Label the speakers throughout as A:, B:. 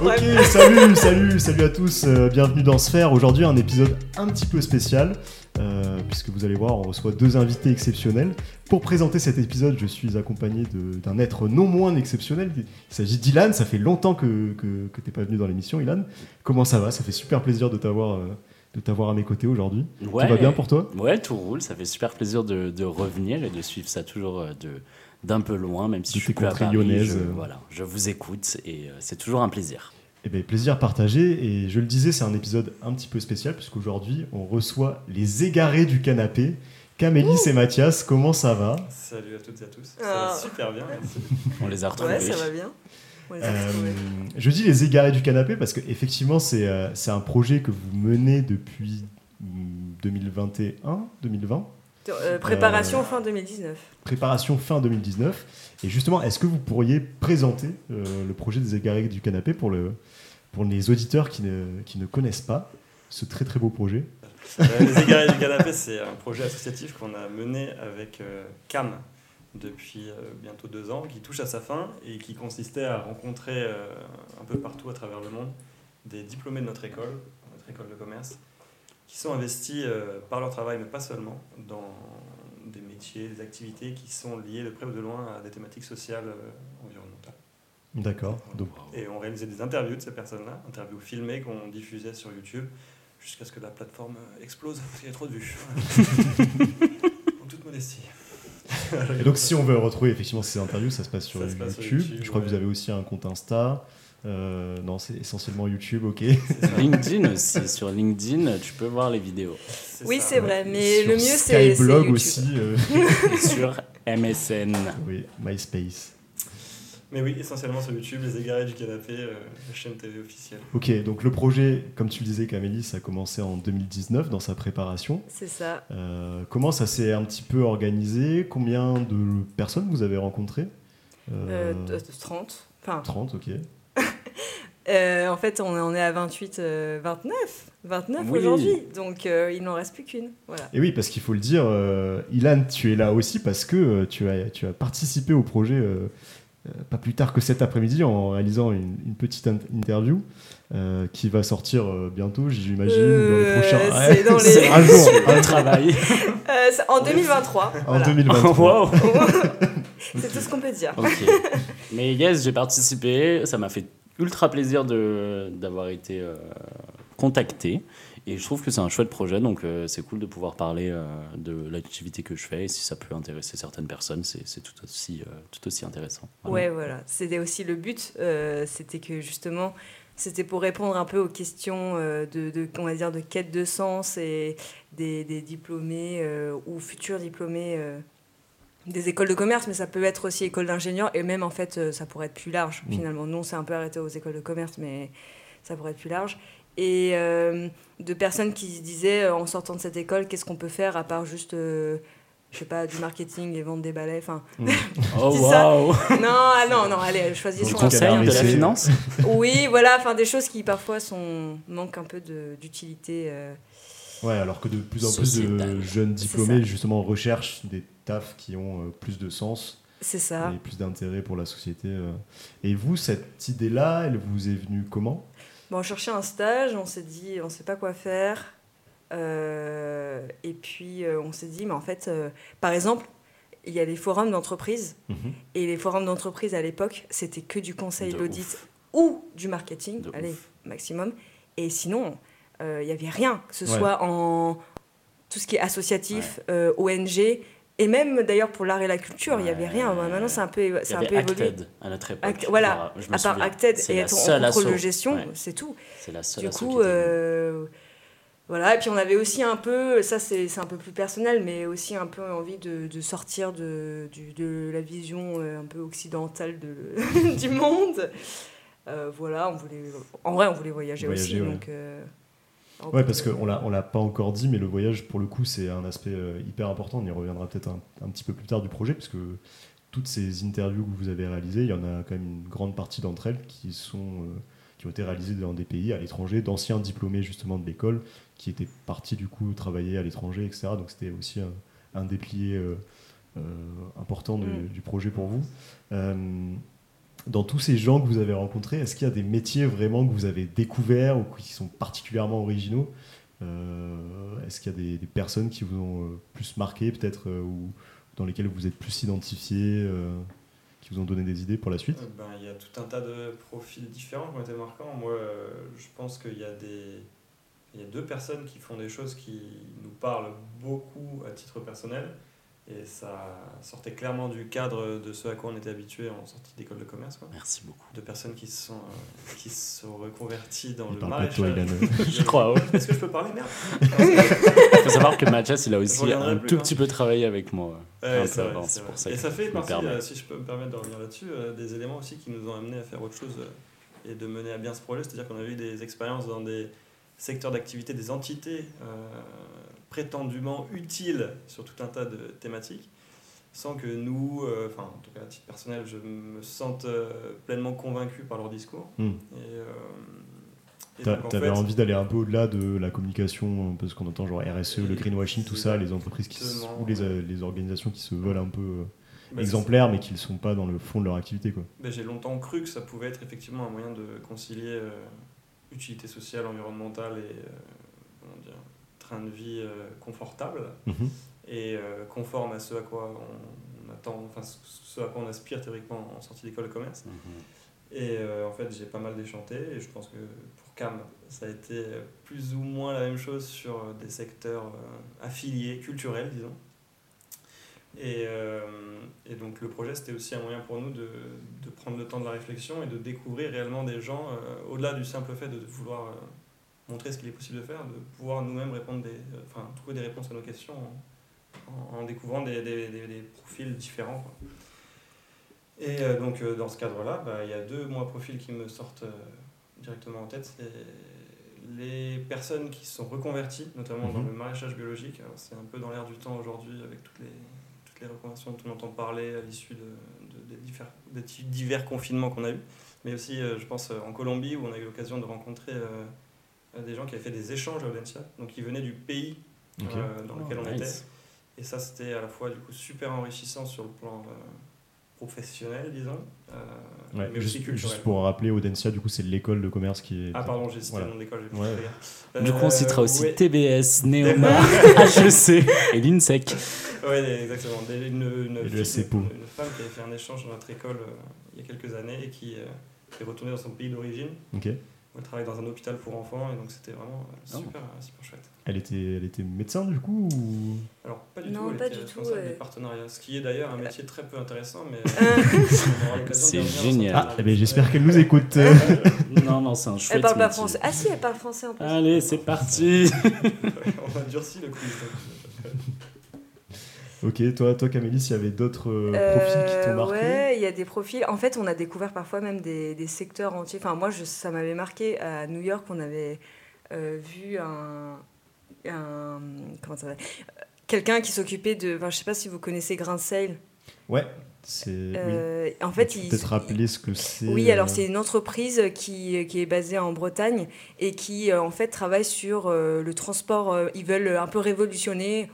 A: Ok, salut, salut, salut à tous, euh, bienvenue dans Sphère. Aujourd'hui, un épisode un petit peu spécial, euh, puisque vous allez voir, on reçoit deux invités exceptionnels. Pour présenter cet épisode, je suis accompagné de- d'un être non moins exceptionnel. Il s'agit d'Ilan, ça fait longtemps que, que, que t'es pas venu dans l'émission, Ilan. Comment ça va Ça fait super plaisir de t'avoir euh, de t'avoir à mes côtés aujourd'hui.
B: Ouais.
A: Tout va bien pour toi
B: Ouais, tout roule. Ça fait super plaisir de, de revenir et de suivre ça toujours euh, de d'un peu loin, même si
A: De
B: je suis
A: tes
B: plus à
A: contrées
B: Paris.
A: lyonnaises,
B: je-
A: euh.
B: voilà, je vous écoute et euh, c'est toujours un plaisir.
A: Eh bien, plaisir partagé. Et je le disais, c'est un épisode un petit peu spécial, puisqu'aujourd'hui, on reçoit les égarés du canapé. Camélis et Mathias, comment ça va
C: Salut à toutes et à tous.
D: Ah.
C: Ça va super bien. merci.
B: On les a retrouvés.
D: Ouais, ça va bien. On les a
A: Euh,
D: retrouvés.
A: Je dis les égarés du canapé parce que effectivement c'est euh, c'est un projet que vous menez depuis mm, 2021, 2020,
D: Euh, préparation fin 2019.
A: préparation fin 2019. Et justement, est-ce que vous pourriez présenter euh, le projet des égarés du canapé pour, le, pour les auditeurs qui ne, qui ne connaissent pas ce très très beau projet
C: Euh, Les Égarés du Canapé, c'est un projet associatif qu'on a mené avec euh, CAM depuis euh, bientôt deux ans, qui touche à sa fin et qui consistait à rencontrer euh, un peu partout à travers le monde des diplômés de notre école, notre école de commerce, qui sont investis euh, par leur travail, mais pas seulement, dans des métiers, des activités qui sont liées de près ou de loin à des thématiques sociales euh, environnementales.
A: D'accord. Donc,
C: Et on réalisait des interviews de ces personnes-là, interviews filmées qu'on diffusait sur YouTube, jusqu'à ce que la plateforme euh, explose, parce qu'il y a trop de vues. Voilà. en toute modestie.
A: et donc si on veut retrouver effectivement ces interviews, ça se passe sur,
C: Ça se
A: YouTube.
C: passe sur YouTube,
A: Je crois que
C: ouais.
A: vous avez aussi un compte Insta. Euh, non, c'est essentiellement YouTube, ok.
C: C'est ça,
B: LinkedIn aussi. Sur LinkedIn, tu peux voir les vidéos.
D: Oui,
C: ça.
D: c'est vrai, mais
A: Sur
D: le mieux c'est. c'est
A: Skyblog
D: YouTube.
A: aussi. euh,
B: Et sur MSN.
A: oui, MySpace.
C: Mais oui, essentiellement sur YouTube, Les Égarés du Canapé, euh, la chaîne TV officielle.
A: Ok, donc le projet, comme tu le disais, Camélie, ça a commencé en 2019 dans sa préparation.
D: C'est ça.
A: Euh, comment ça s'est un petit peu organisé Combien de personnes vous avez rencontrées
D: Euh,
A: Euh,
D: t- 30. Enfin,
A: 30, ok.
D: euh, en fait, on on est à 28, euh, 29. 29
B: Oui.
D: aujourd'hui. Donc, euh, il n'en reste plus qu'une. Voilà.
A: Et oui, parce qu'il faut le dire, euh, Ilan, tu es là aussi parce que euh, tu, as, tu as participé au projet euh, euh, pas plus tard que cet après-midi en réalisant une, une petite in- interview euh, qui va sortir euh, bientôt, j'imagine,
D: Euh,
A: dans le prochain.
D: c'est dans les-
A: c'est un jour, un
B: Le
A: jour,
B: travail.
D: Euh, c'est en 2023.
A: en
D: voilà.
A: 2023.
B: wow.
D: c'est tout ce qu'on peut dire.
B: Ok. Mais yes, j'ai participé. Ça m'a fait ultra plaisir de d'avoir été euh, contacté. Et je trouve que c'est un chouette projet, donc euh, c'est cool de pouvoir parler euh, de l'activité que je fais. Et si ça peut intéresser certaines personnes, c'est c'est tout aussi euh, tout aussi intéressant. Voilà.
D: Ouais, voilà. C'était aussi le but. euh, c'était que justement, c'était pour répondre un peu aux questions euh, de, de, on va dire, de quête de sens et des, des diplômés euh, ou futurs diplômés euh, des écoles de commerce, mais ça peut être aussi école d'ingénieur et même en fait, euh, ça pourrait être plus large
A: Mm.
D: finalement. Non, c'est un peu arrêté aux écoles de commerce, mais ça pourrait être plus large. Et euh, de personnes qui se disaient euh, en sortant de cette école, qu'est-ce qu'on peut faire à part juste, euh, je sais pas, du marketing et vendre des balais, enfin.
B: Oh
D: C'est ça.
B: waouh
D: Non, ah non, non, allez,
B: Du
D: choisissons un
A: conseil,
B: conseil de la
A: RBC.
B: finance
D: Oui, voilà, enfin des choses qui parfois sont manquent un peu de- d'utilité. euh.
A: Ouais, alors que de plus en plus de
B: Sociétal.
A: jeunes
D: C'est
A: diplômés,
D: ça.
A: justement, recherchent des tafs qui ont euh, plus de sens
D: C'est ça.
A: et plus d'intérêt pour la société. euh. Et vous, cette idée-là, elle vous est venue comment
D: Bon, on cherchait un stage, on s'est dit, on sait pas quoi faire. Euh, et puis euh, on s'est dit, mais en fait, euh, par exemple, il y a les forums d'entreprise. Et les forums d'entreprise à l'époque, c'était que du conseil
B: De
D: d'audit
B: ouf.
D: ou du marketing,
B: De
D: allez,
B: ouf.
D: maximum. Et sinon, euh, il n'y avait rien, que ce
A: Ouais.
D: soit en tout ce qui est associatif, euh, ONG, et même d'ailleurs pour l'art et la culture, il n'y avait
B: Ouais.
D: rien. Maintenant, c'est un peu, évo-
B: Il
D: c'est
B: y
D: un
B: avait
D: peu évolué.
B: Acted à notre époque.
D: Act- voilà,
B: Je me
D: à part
B: souviens.
D: Acted
B: C'est
D: et
B: la
D: être en
B: seule
D: contrôle
B: asso.
D: de gestion,
B: Ouais,
D: c'est tout.
B: C'est la seule
D: Du
B: asso qui
D: coup,
B: était venue.
D: euh, voilà. Et puis on avait aussi un peu, ça c'est c'est un peu plus personnel, mais aussi un peu envie de, de sortir de, du- de la vision euh, un peu occidentale de- du monde. Euh, voilà, on voulait, en vrai, on voulait voyager,
A: Voyager,
D: aussi.
A: ouais.
D: Donc, euh, en
A: Ouais,
D: plus,
A: parce qu'on l'a- on l'a pas encore dit, mais le voyage, pour le coup, c'est un aspect euh, hyper important. On y reviendra peut-être un, un petit peu plus tard du projet, parce que toutes ces interviews que vous avez réalisées, il y en a quand même une grande partie d'entre elles qui sont... euh, qui ont été réalisées dans des pays à l'étranger, d'anciens diplômés justement de l'école, qui étaient partis du coup travailler à l'étranger, etc. Donc c'était aussi un, un des piliers euh, euh, importants de-
D: Mm.
A: du projet pour vous. Euh, dans tous ces gens que vous avez rencontrés, est-ce qu'il y a des métiers vraiment que vous avez découverts ou qui sont particulièrement originaux Euh, Est-ce qu'il y a des, des personnes qui vous ont euh, plus marqué, peut-être, euh, ou dans lesquelles vous êtes plus identifié, euh, qui vous ont donné des idées pour la suite
C: Euh, ben, Il y a tout un tas de profils différents qui ont été marquants. Moi, euh, je pense qu'il y a des. Il y a deux personnes qui font des choses qui nous parlent beaucoup à titre personnel. Et ça sortait clairement du cadre de ce à quoi on était habitué en sortie d'école de commerce. Quoi.
B: Merci beaucoup.
C: De personnes qui se sont, euh, qui se sont reconverties dans
A: Il
C: le
A: parle pas de toi,
C: maraîchage.
A: Ilan.
B: Je crois, ouais.
C: Est-ce que je peux parler Merde
B: Il faut savoir que Mathias, il a aussi
C: reviendrai
B: un
C: plus,
B: tout
C: hein.
B: petit peu travaillé avec moi.
C: Ouais,
B: Un
C: c'est
B: peu
C: vrai,
B: avant,
C: c'est
B: c'est
C: vrai.
B: pour ça
C: et
B: que
C: ça fait
B: me
C: partie,
B: permets.
C: euh, si je peux me permettre de revenir là-dessus, euh, des éléments aussi qui nous ont amenés à faire autre chose euh, et de mener à bien ce projet. C'est-à-dire qu'on a eu des expériences dans des secteurs d'activité, des entités euh, prétendument utiles sur tout un tas de thématiques, sans que nous, euh, enfin en tout cas à titre personnel, je me sente euh, pleinement convaincu par leur discours.
A: Hmm.
C: Et, euh, et
A: T'a-
C: donc, en
A: T'avais
C: fait,
A: envie d'aller un peu au-delà de la communication, euh, parce qu'on entend genre RSE, le greenwashing, tout ça, les entreprises qui se-
C: Exactement,
A: ou les, euh, les organisations qui se veulent un peu euh,
C: bah,
A: exemplaires, mais qui ne sont pas dans le fond de leur activité. Quoi.
C: Ben, j'ai longtemps cru que ça pouvait être effectivement un moyen de concilier euh, utilité sociale, environnementale et euh, comment dire, train de vie euh, confortable
A: Mhm.
C: et euh, conforme à ce à quoi on, on attend, enfin ce- ce à quoi on aspire théoriquement en sortie d'école de commerce. Et euh, en fait, j'ai pas mal déchanté et je pense que pour Cam, ça a été euh, plus ou moins la même chose sur euh, des secteurs euh, affiliés, culturels, disons. Et, euh, et donc le projet, c'était aussi un moyen pour nous de, de prendre le temps de la réflexion et de découvrir réellement des gens, euh, au-delà du simple fait de vouloir euh, montrer ce qu'il est possible de faire, de pouvoir nous-mêmes répondre des, euh, enfin, trouver des réponses à nos questions en, en- en découvrant des, des- des- des profils différents. quoi. Et euh, donc, euh, dans ce cadre-là, bah, il y a deux, moi, profils qui me sortent euh, directement en tête. C'est les personnes qui se sont reconverties, notamment dans
A: Mhm.
C: le maraîchage biologique. Alors, c'est un peu dans l'air du temps aujourd'hui, avec toutes les, toutes les reconversions dont on entend parler à l'issue de- de- des, diffère- des ti- divers confinements qu'on a eus. Mais aussi, euh, je pense, euh, en Colombie, où on a eu l'occasion de rencontrer euh, des gens qui avaient fait des échanges à Valencia. Donc, ils venaient du pays
A: Ok.
C: euh, dans lequel on était.
B: Nice.
C: Et ça, c'était à la fois du coup super enrichissant sur le plan euh, professionnel, disons, euh,
A: Ouais,
C: mais aussi
A: juste,
C: culturel.
A: juste pour rappeler, Audencia, du coup, c'est l'école de commerce qui est.
C: Ah pardon, j'ai cité
A: Voilà.
C: le nom d'école. j'ai
A: Ouais.
C: fait gaffe.
B: Du coup, on
C: Euh,
B: citera aussi
C: ouais.
B: TBS, Néoma, HEC E et l'INSEC.
C: Ouais, exactement. Des- Une, une,
A: Et le E
C: fille,
A: SCPO.
C: une- une femme qui avait fait un échange dans notre école euh, il y a quelques années et qui euh, est retournée dans son pays d'origine.
A: Ok.
C: où Elle travaille dans un hôpital pour enfants et donc c'était vraiment euh,
B: Oh.
C: super, euh, super chouette.
A: Elle était, elle était médecin du coup ou...
C: Alors pas du
D: Non,
C: tout, elle
D: pas
C: était
D: du tout,
C: responsable
D: ouais.
C: des partenariats, ce qui est d'ailleurs un métier très peu intéressant, mais
D: Euh,
C: on aura l'occasion d'y
B: C'est
C: revenir en
B: génial.
A: Ah,
C: sortie de-
A: eh ben, j'espère qu'elle nous écoute. euh.
B: Non, non, c'est un chouette
D: elle parle pas
B: métier.
D: français. Ah si, elle parle français en plus.
B: Allez, c'est parti.
C: On a durci le quiz. donc.
A: ok, toi, toi Camélie, s'il y avait d'autres euh, profils qui t'ont
D: Euh,
A: marqué.
D: Ouais, il y a des profils. En fait, on a découvert parfois même des, des secteurs entiers. Enfin, moi, je- ça m'avait marqué. À New York, on avait euh, vu un. un- comment ça s'appelle Euh, Quelqu'un qui s'occupait de. Enfin, je sais pas si vous connaissez Grain Sale.
A: Ouais, c'est. oui.
D: Euh, En fait,
A: Tu peux
D: ils.
A: Peut-être rappeler ce que c'est.
D: Oui, alors
A: euh,
D: c'est une entreprise qui, qui est basée en Bretagne et qui euh, en fait travaille sur euh, le transport. euh, Ils veulent un peu révolutionner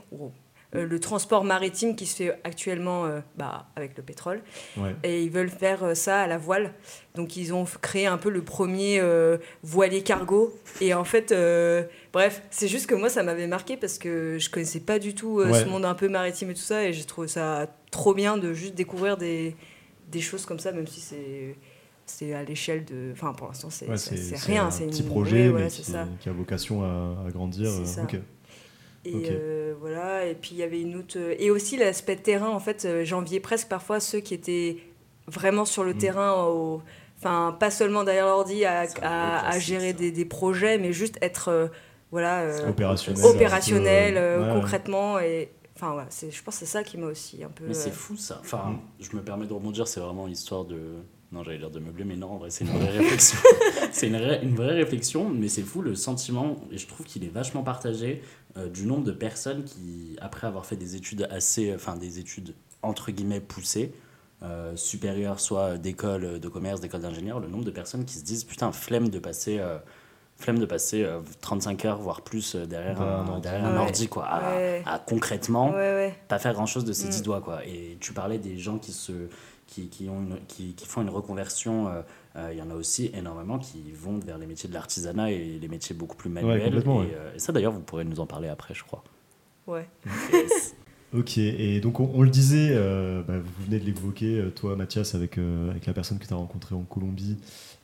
D: euh, le transport maritime qui se fait actuellement euh, bah, avec le pétrole
A: Ouais.
D: et ils veulent faire euh, ça à la voile. Donc ils ont f- créé un peu le premier euh, voilier cargo. Et en fait, euh, bref, c'est juste que moi ça m'avait marqué parce que je connaissais pas du tout euh,
A: Ouais.
D: ce monde un peu maritime et tout ça. Et j'ai trouvé ça trop bien de juste découvrir des, des choses comme ça, même si c'est c'est à l'échelle de. Enfin, pour l'instant, c'est
A: Ouais,
D: c'est- c'est
A: c'est
D: rien.
A: un
D: C'est
A: petit
D: une-
A: projet
D: ouais,
A: mais
D: voilà,
A: qui,
D: c'est ça.
A: qui a vocation à, à grandir.
D: C'est
A: euh,
D: ça.
A: ok.
D: Et
A: Ok.
D: euh, voilà, et puis il y avait une autre. Et aussi l'aspect terrain, en fait, euh, j'enviais presque parfois ceux qui étaient vraiment sur le
A: Mm.
D: terrain, au- enfin, pas seulement derrière l'ordi à,
B: C'est un
D: à-
B: gros
D: à
B: classique,
D: gérer
B: ça.
D: des, des projets, mais juste être euh, voilà, euh,
A: Opérationnel.
D: opérationnel
A: un peu,
D: euh,
A: ouais, ouais.
D: concrètement. Et enfin, voilà, c'est- je pense que c'est ça qui m'a aussi un peu.
B: Mais c'est
D: euh,
B: fou ça. Enfin,
A: Mm.
B: je me permets de rebondir, c'est vraiment histoire de. Non, j'avais l'air de meubler, mais non, en vrai, c'est une vraie réflexion. c'est une, vraie- une vraie réflexion, mais c'est fou le sentiment, et je trouve qu'il est vachement partagé, euh, du nombre de personnes qui, après avoir fait des études assez. Enfin, des études entre guillemets poussées, euh, supérieures, soit d'école de commerce, d'école d'ingénieur, le nombre de personnes qui se disent putain, flemme de passer. euh, flemme de passer euh, 35 heures voire plus euh, derrière,
A: Dans un
B: un,
A: ordi.
B: derrière un
D: Ouais.
B: ordi quoi Ah,
A: hein.
D: Ouais.
B: ah, concrètement
D: ouais, ouais.
B: pas faire grand chose de ses
D: Mm.
B: dix doigts quoi et tu parlais des gens qui se qui, qui ont une- qui, qui font une reconversion. euh, euh, Il y en a aussi énormément qui vont vers les métiers de l'artisanat et les métiers beaucoup plus manuels. et,
A: complètement, ouais.
B: euh, et ça, d'ailleurs, vous pourrez nous en parler après, je crois.
D: Ouais.
A: Ok, et donc on, on le disait, euh, bah, vous venez de l'évoquer, euh, toi Mathias avec, euh, avec la personne que tu as rencontrée en Colombie,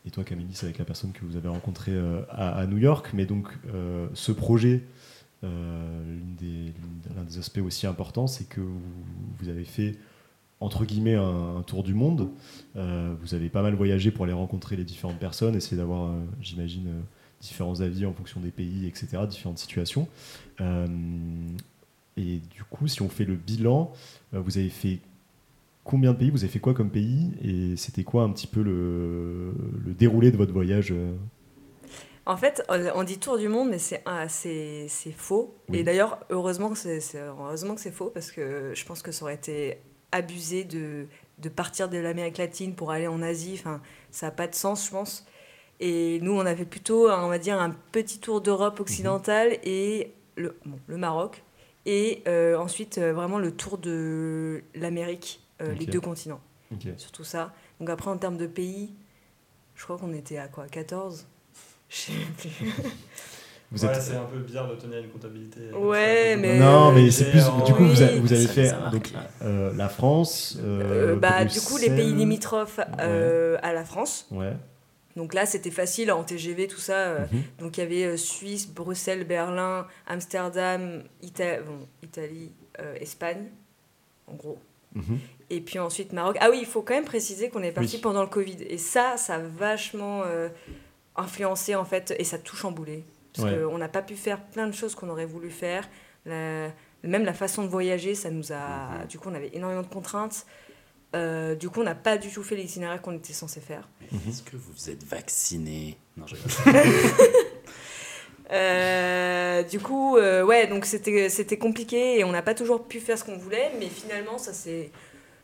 A: et toi Camélis avec la personne que vous avez rencontrée euh, à, à New York, mais donc euh, ce projet, euh, l'une des- l'une- l'un des aspects aussi importants, c'est que vous, vous avez fait entre guillemets un, un tour du monde, Euh, vous avez pas mal voyagé pour aller rencontrer les différentes personnes, essayer d'avoir, euh, j'imagine, euh, différents avis en fonction des pays, etc., différentes situations. Euh, et du coup, si on fait le bilan, euh, vous avez fait combien de pays Vous avez fait quoi comme pays Et c'était quoi un petit peu le, le déroulé de votre voyage euh
D: En fait, on on dit tour du monde, mais c'est ah, c'est c'est faux.
A: Oui.
D: Et d'ailleurs, heureusement que c'est c'est- heureusement que c'est faux parce que je pense que ça aurait été abusé de, de partir de l'Amérique latine pour aller en Asie. Enfin, ça n'a pas de sens, je pense. Et nous, on avait plutôt, un- on va dire, un petit tour
A: Mhm.
D: d'Europe occidentale et le, bon, le Maroc. Et euh, ensuite, euh, vraiment le tour de l'Amérique, euh, les
A: Ok.
D: deux continents, surtout ça. Donc après, en termes de pays, je crois qu'on était à quoi 14 Je sais plus.
A: Vous
C: Ouais,
A: êtes-
C: c'est un peu bizarre de tenir une comptabilité.
D: Ouais,
C: C'est un peu-
D: mais-
A: Non, mais
C: Euh,
A: c'est plus.
C: en-
A: Du coup, vous, a- vous avez
B: Ça,
A: fait
B: ça marque.
A: donc, euh, la France. euh,
D: Euh, bah, du coup, les pays
A: Bruxelles.
D: limitrophes euh, à la France.
A: Ouais.
D: Donc là, c'était facile en TGV, tout ça. euh,
A: mhm.
D: Donc il y avait euh, Suisse, Bruxelles, Berlin, Amsterdam, Ita- bon, Italie, euh, Espagne, en gros.
A: Mhm.
D: Et puis ensuite Maroc. Ah oui, il faut quand même préciser qu'on est parti
A: Oui.
D: pendant le Covid. Et ça, ça a vachement euh, influencé en fait, et ça a tout chamboulé. Parce
A: Ouais.
D: qu'on n'a pas pu faire plein de choses qu'on aurait voulu faire. La- même la façon de voyager, ça nous a.
A: Mhm.
D: Du coup, on avait énormément de contraintes. Euh, du coup, on n'a pas du tout fait l'itinéraire qu'on était censé faire.
A: Mhm.
B: Est-ce que vous êtes vacciné Non, je
D: Euh, du coup, euh, ouais, donc c'était c'était compliqué et on n'a pas toujours pu faire ce qu'on voulait, mais finalement, ça c'est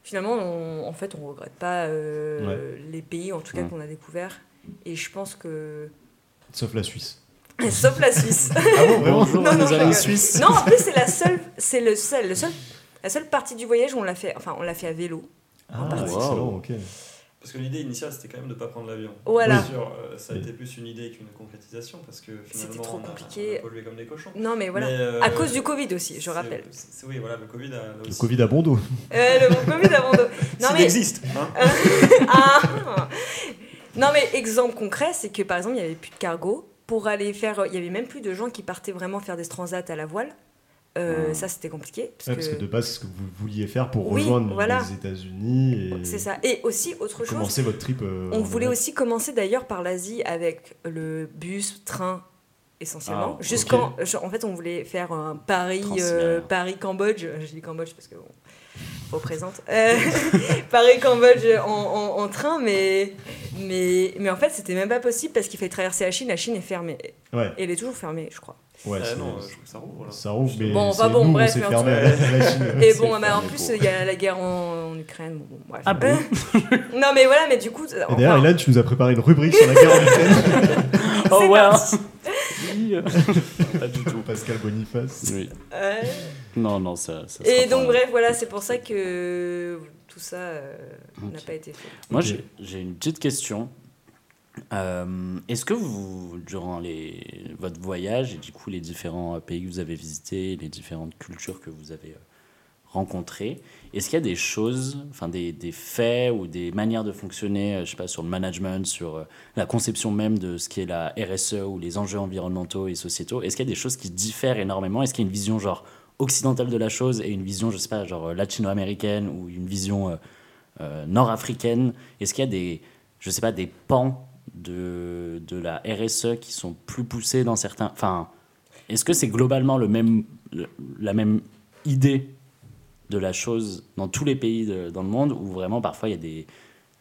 D: finalement, on- en fait, on regrette pas euh, les pays, en tout cas
B: Ouais.
D: qu'on a découvert. Et je pense que
A: Sauf la Suisse.
D: sauf la Suisse.
A: Ah bon, vraiment
B: Bonjour,
D: Non, non,
B: nos
D: je
B: amis
D: rigole.
B: suisses.
D: non, en plus c'est la seule, c'est le seul, le seul, la seule partie du voyage où on l'a fait, enfin, on l'a fait à vélo.
A: Ah,
B: partie.
A: excellent, ok.
C: Parce que l'idée initiale, c'était quand même de ne pas prendre l'avion.
D: Voilà.
C: Bien sûr, euh, ça a
A: Oui.
C: été plus une idée qu'une concrétisation parce que finalement,
D: trop
C: on a-
D: compliqué.
C: on a pollué comme des cochons.
D: Non, mais voilà.
C: Mais, euh,
D: à cause du Covid aussi, je
C: c'est-
D: rappelle.
C: c'est- c'est- Oui, voilà, le Covid a.
A: Le Covid à bon dos.
D: Euh, le bon Covid avant de. Non mais
C: existe. hein.
D: Ah non mais exemple concret, c'est que par exemple il n'y avait plus de cargo pour aller faire, il y avait même plus de gens qui partaient vraiment faire des transats à la voile. Euh,
B: Hmm.
D: Ça c'était compliqué parce
A: Ah. Ouais,
D: que
A: parce que de base, c'est ce que vous vouliez faire pour
D: Oui,
A: rejoindre
D: voilà.
A: les États-Unis et
D: c'est ça. Et aussi autre chose,
A: commencer votre trip. euh, en
D: on voulait
A: Europe.
D: aussi commencer d'ailleurs par l'Asie avec le bus, train essentiellement
B: Ah,
D: jusqu'en je- en fait on voulait faire un Paris
B: Transsibérien.
D: Paris Cambodge je dis Cambodge parce que bon représente Euh, Paris Cambodge en, en- en train mais mais mais en fait c'était même pas possible parce qu'il fallait traverser la Chine la Chine est fermée
A: Ouais,
D: et elle est toujours fermée je crois
A: ouais.
C: Ah
A: c'est-
C: non, je trouve que ça rouvre là.
A: Ça rouvre, mais
D: Bon,
A: c'est
D: enfin bon,
A: nous,
D: bref,
A: on s'est
D: mais en
A: fermé
C: tout
A: à la la Chine.
D: Et
B: C'est
D: bon, bah, en
B: fermé
D: plus,
B: pour-
D: il y a la guerre en, en Ukraine. Bon, bon, bref.
B: Ah bon
D: non, mais voilà, mais du coup. enfin,
A: Et d'ailleurs, Ilan, tu nous as préparé une rubrique sur la guerre en Ukraine.
B: Oh,
D: c'est
B: ouais.
D: parti.
B: Oui, euh, Pas du tout.
A: Pascal Boniface.
B: Oui.
D: Ouais.
B: Non, non, ça. ça sera
D: Et
B: pas
D: donc,
B: un-
D: bref, voilà, c'est pour ça que tout ça euh, n'a
B: Ok.
D: pas été fait.
B: Moi,
A: Ok.
B: j'ai- j'ai une petite question. Euh, Est-ce que vous, durant les, votre voyage et du coup les différents euh, pays que vous avez visités, les différentes cultures que vous avez euh, rencontrées, est-ce qu'il y a des choses, enfin des, des faits ou des manières de fonctionner, euh, je sais pas, sur le management, sur euh, la conception même de ce qu'est la RSE ou les enjeux environnementaux et sociétaux, est-ce qu'il y a des choses qui diffèrent énormément Est-ce qu'il y a une vision genre occidentale de la chose et une vision, je sais pas, genre euh, latino-américaine ou une vision euh, euh, nord-africaine Est-ce qu'il y a des, je sais pas, des pans de, de la RSE qui sont plus poussés dans certains... Enfin, est-ce que c'est globalement le même, le- la même idée de la chose dans tous les pays de- dans le monde ou vraiment parfois il y a des,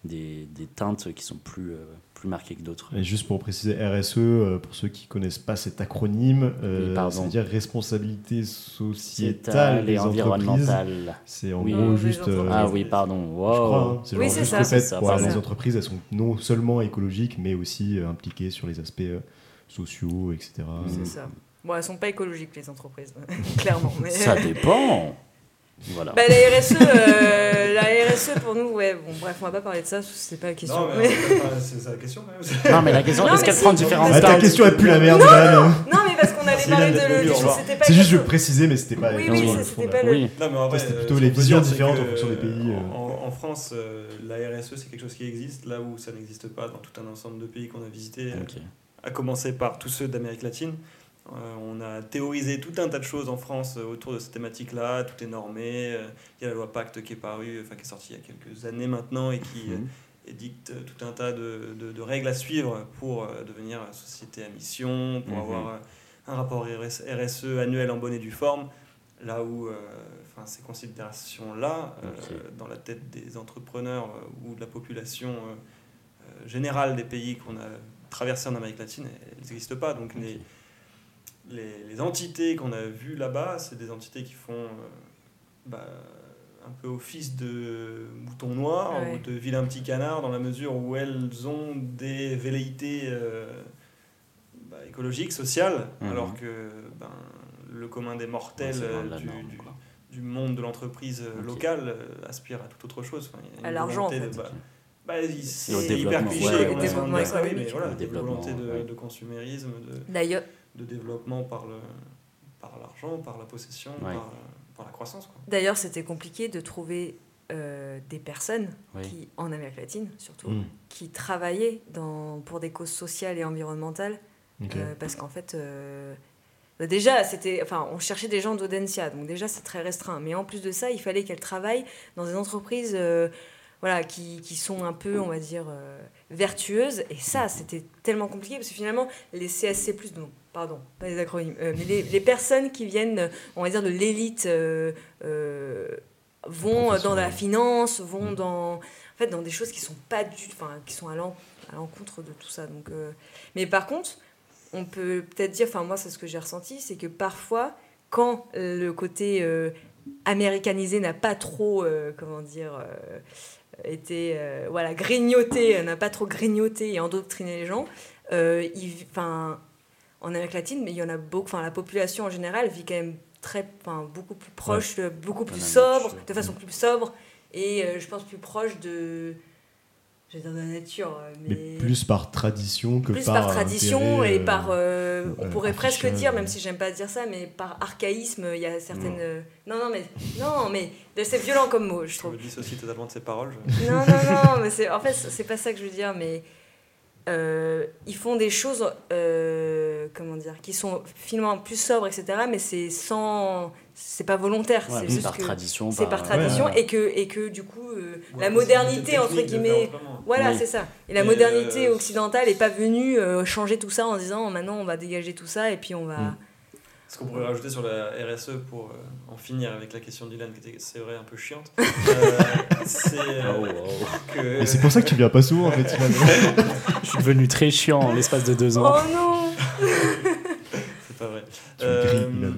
B: des, des teintes qui sont plus, euh, plus marquées que d'autres
A: Et juste pour préciser, RSE, euh, pour ceux qui connaissent pas cet acronyme,
B: Oui,
A: euh,
B: pardon.
A: c'est-à-dire responsabilité sociétale
B: Sociétale
A: des
B: et
A: entreprises.
B: environnementale. Ah,
A: C'est en
B: Oui.
A: gros
D: Des
A: juste. euh,
D: entreprises.
B: Ah oui, pardon.
A: Je
B: Wow.
A: crois, hein. c'est
D: Oui,
A: genre
D: c'est
A: juste
D: ça,
A: le
B: c'est
A: fait
B: ça,
A: pour avoir
D: c'est
A: les
D: ça.
A: entreprises, elles sont non seulement écologiques, mais aussi euh, impliquées sur les aspects euh, sociaux, Ah, etc.
D: C'est ça. Bon, elles sont pas écologiques, les entreprises, clairement. Mais...
B: Ça dépend. Voilà.
D: Bah, la RSE, euh, la RSE pour nous, ouais, bon, bref, on va pas parler de ça, parce que c'est pas la question.
C: Non, mais,
D: Mais-
C: enfin, c'est c'est la question même.
B: Non, mais la question,
D: Non,
B: est-ce
D: mais
B: qu'elle
D: c'est-
B: prend différentes
A: Ah, ta
B: taxes
A: question, elle pue la merde. Johan.
D: Non, mais parce qu'on avait
C: Merci,
D: parlé de.
C: Yann, d'être venu,
D: le-
C: au revoir.
D: C'était pas
A: C'est juste, je
D: quelque
A: le
D: chose-
A: précisais, mais c'était pas.
D: Oui,
A: non,
D: oui,
A: sur
D: c'est-
A: le fond, hein.
D: c'était
A: là.
D: pas le.
B: Oui,
C: Non, mais en vrai,
A: C'était
C: euh,
A: plutôt
C: ce
A: les
C: qu'on peut
A: visions
C: dire, c'est
A: différentes en
C: que,
A: fonction des pays,
C: euh,
A: euh.
C: En, en France, euh, la RSE, c'est quelque chose qui existe là où ça n'existe pas dans tout un ensemble de pays qu'on a visités,
B: Ok.
C: à commencer par tous ceux d'Amérique latine. Euh, on a théorisé tout un tas de choses en France euh, autour de cette thématique-là, tout est normé. euh, Il y a la loi Pacte qui est parue, enfin qui est sortie il y a quelques années maintenant et qui euh,
B: Mhm.
C: édicte euh, tout un tas de, de- de règles à suivre pour euh, devenir euh, société à mission, pour
B: Mhm.
C: avoir euh, un rapport RS RSE E annuel en bonne et due forme. Là où euh, enfin, ces considérations-là, euh,
B: Ok.
C: dans la tête des entrepreneurs euh, ou de la population euh, euh, générale des pays qu'on a traversés en Amérique latine, elles n'existent pas. Donc les,
B: Ok.
C: les, les entités qu'on a vues là-bas, c'est des entités qui font euh, bah, un peu office de mouton noir
D: Ouais.
C: ou de vilain petit canard dans la mesure où elles ont des velléités euh, bah, écologiques, sociales,
B: Mhm.
C: alors que ben, le commun des
B: Ouais,
C: mortels
B: c'est loin de
C: euh,
B: la
C: du,
B: norme,
C: du-
B: quoi.
C: du monde de l'entreprise euh,
B: Ok.
C: locale euh, aspire à tout autre chose. Enfin, il y a une
D: À l'argent,
C: volonté
D: en
C: de-
D: fait.
C: bah, bah, il-
B: Et au
C: c'est hyper
B: développement,
C: cliché
B: ouais,
C: comme
B: ouais,
C: ça,
B: ouais.
C: ça, oui, mais voilà,
B: Au
C: il y a une
B: développement,
C: volonté de,
B: ouais.
C: de consumérisme, de,
D: D'ailleurs,
C: de développement par le par l'argent, par la possession,
B: Ouais.
C: par, euh, par la croissance. Quoi.
D: d'ailleurs, c'était compliqué de trouver euh, des personnes
B: Oui.
D: qui, en Amérique latine surtout,
A: Hum,
D: qui travaillaient dans, pour des causes sociales et environnementales.
A: ok.
D: Euh, parce qu'en fait, euh, bah déjà, c'était, enfin, on cherchait des gens d'Audencia, donc déjà c'est très restreint. Mais en plus de ça, il fallait qu'elles travaillent dans des entreprises, euh, voilà, qui, qui sont un peu, on va dire, euh, vertueuses. Et ça, c'était tellement compliqué parce que finalement, les CSC+, non, pardon, pas les acronymes, euh, mais les, les personnes qui viennent, euh, on va dire, de l'élite. euh, euh, vont euh, dans la
A: Professionnelle.
D: finance, vont
A: Mm.
D: dans, en fait, dans des choses qui sont pas du, enfin, qui sont à l'en- à l'encontre de tout ça. Donc, euh, mais par contre, on peut peut-être dire, enfin moi c'est ce que j'ai ressenti, c'est que parfois, quand euh, le côté euh, américanisé n'a pas trop, euh, comment dire, euh, été, euh, voilà, grignoté, euh, n'a pas trop grignoté et endoctriné les gens, euh, ils- enfin, en Amérique latine, mais il y en a beaucoup, enfin la population en général vit quand même très, enfin beaucoup plus proche, euh, beaucoup plus
B: Amérique,
D: sobre,
B: ouais.
D: de façon plus sobre, et euh, je pense plus proche de, je vais dire de la nature, euh,
A: Mais plus par tradition que
D: plus
A: par.
D: par, tradition
A: intérêt,
D: et
A: euh,
D: par euh, on
A: euh,
D: pourrait presque
A: affichage,
D: dire
A: ouais.
D: même si j'aime pas dire ça mais par archaïsme il y a certaines euh, non non mais non mais c'est violent comme mot je
C: Je
D: trouve
C: me dissocie totalement de ces paroles. je-
D: non non non mais c'est en fait c'est pas ça que je veux dire mais euh, ils font des choses euh, comment dire qui sont finalement plus sobres etc mais c'est sans c'est pas volontaire
B: Ouais, mm. Mmh.
D: c'est
B: c'est
D: juste
B: par euh,
D: que
B: tradition.
D: c'est par tradition et que et que du coup euh, la
C: Ouais,
D: modernité
C: possibilité
D: entre
C: technique de
D: guillemets
C: faire autrement.
D: voilà,
B: Oui.
D: c'est ça. Et la
C: Et,
D: modernité
C: euh,
D: occidentale n'est pas venue euh, changer tout ça en disant maintenant on va dégager tout ça et puis on va.
A: Mm.
C: Ce qu'on pourrait rajouter sur la RSE pour euh, en finir avec la question d'Ilan, qui était, c'est vrai, un peu chiante, euh, c'est
B: Ah
C: euh,
B: Oh,
C: que.
A: Et c'est pour ça que tu viens pas souvent, en fait. finalement.
B: Je suis devenu très chiant en l'espace de deux ans.
D: Oh non
C: C'est pas vrai.
A: Tu me
C: Euh,
A: grilles, Ilan.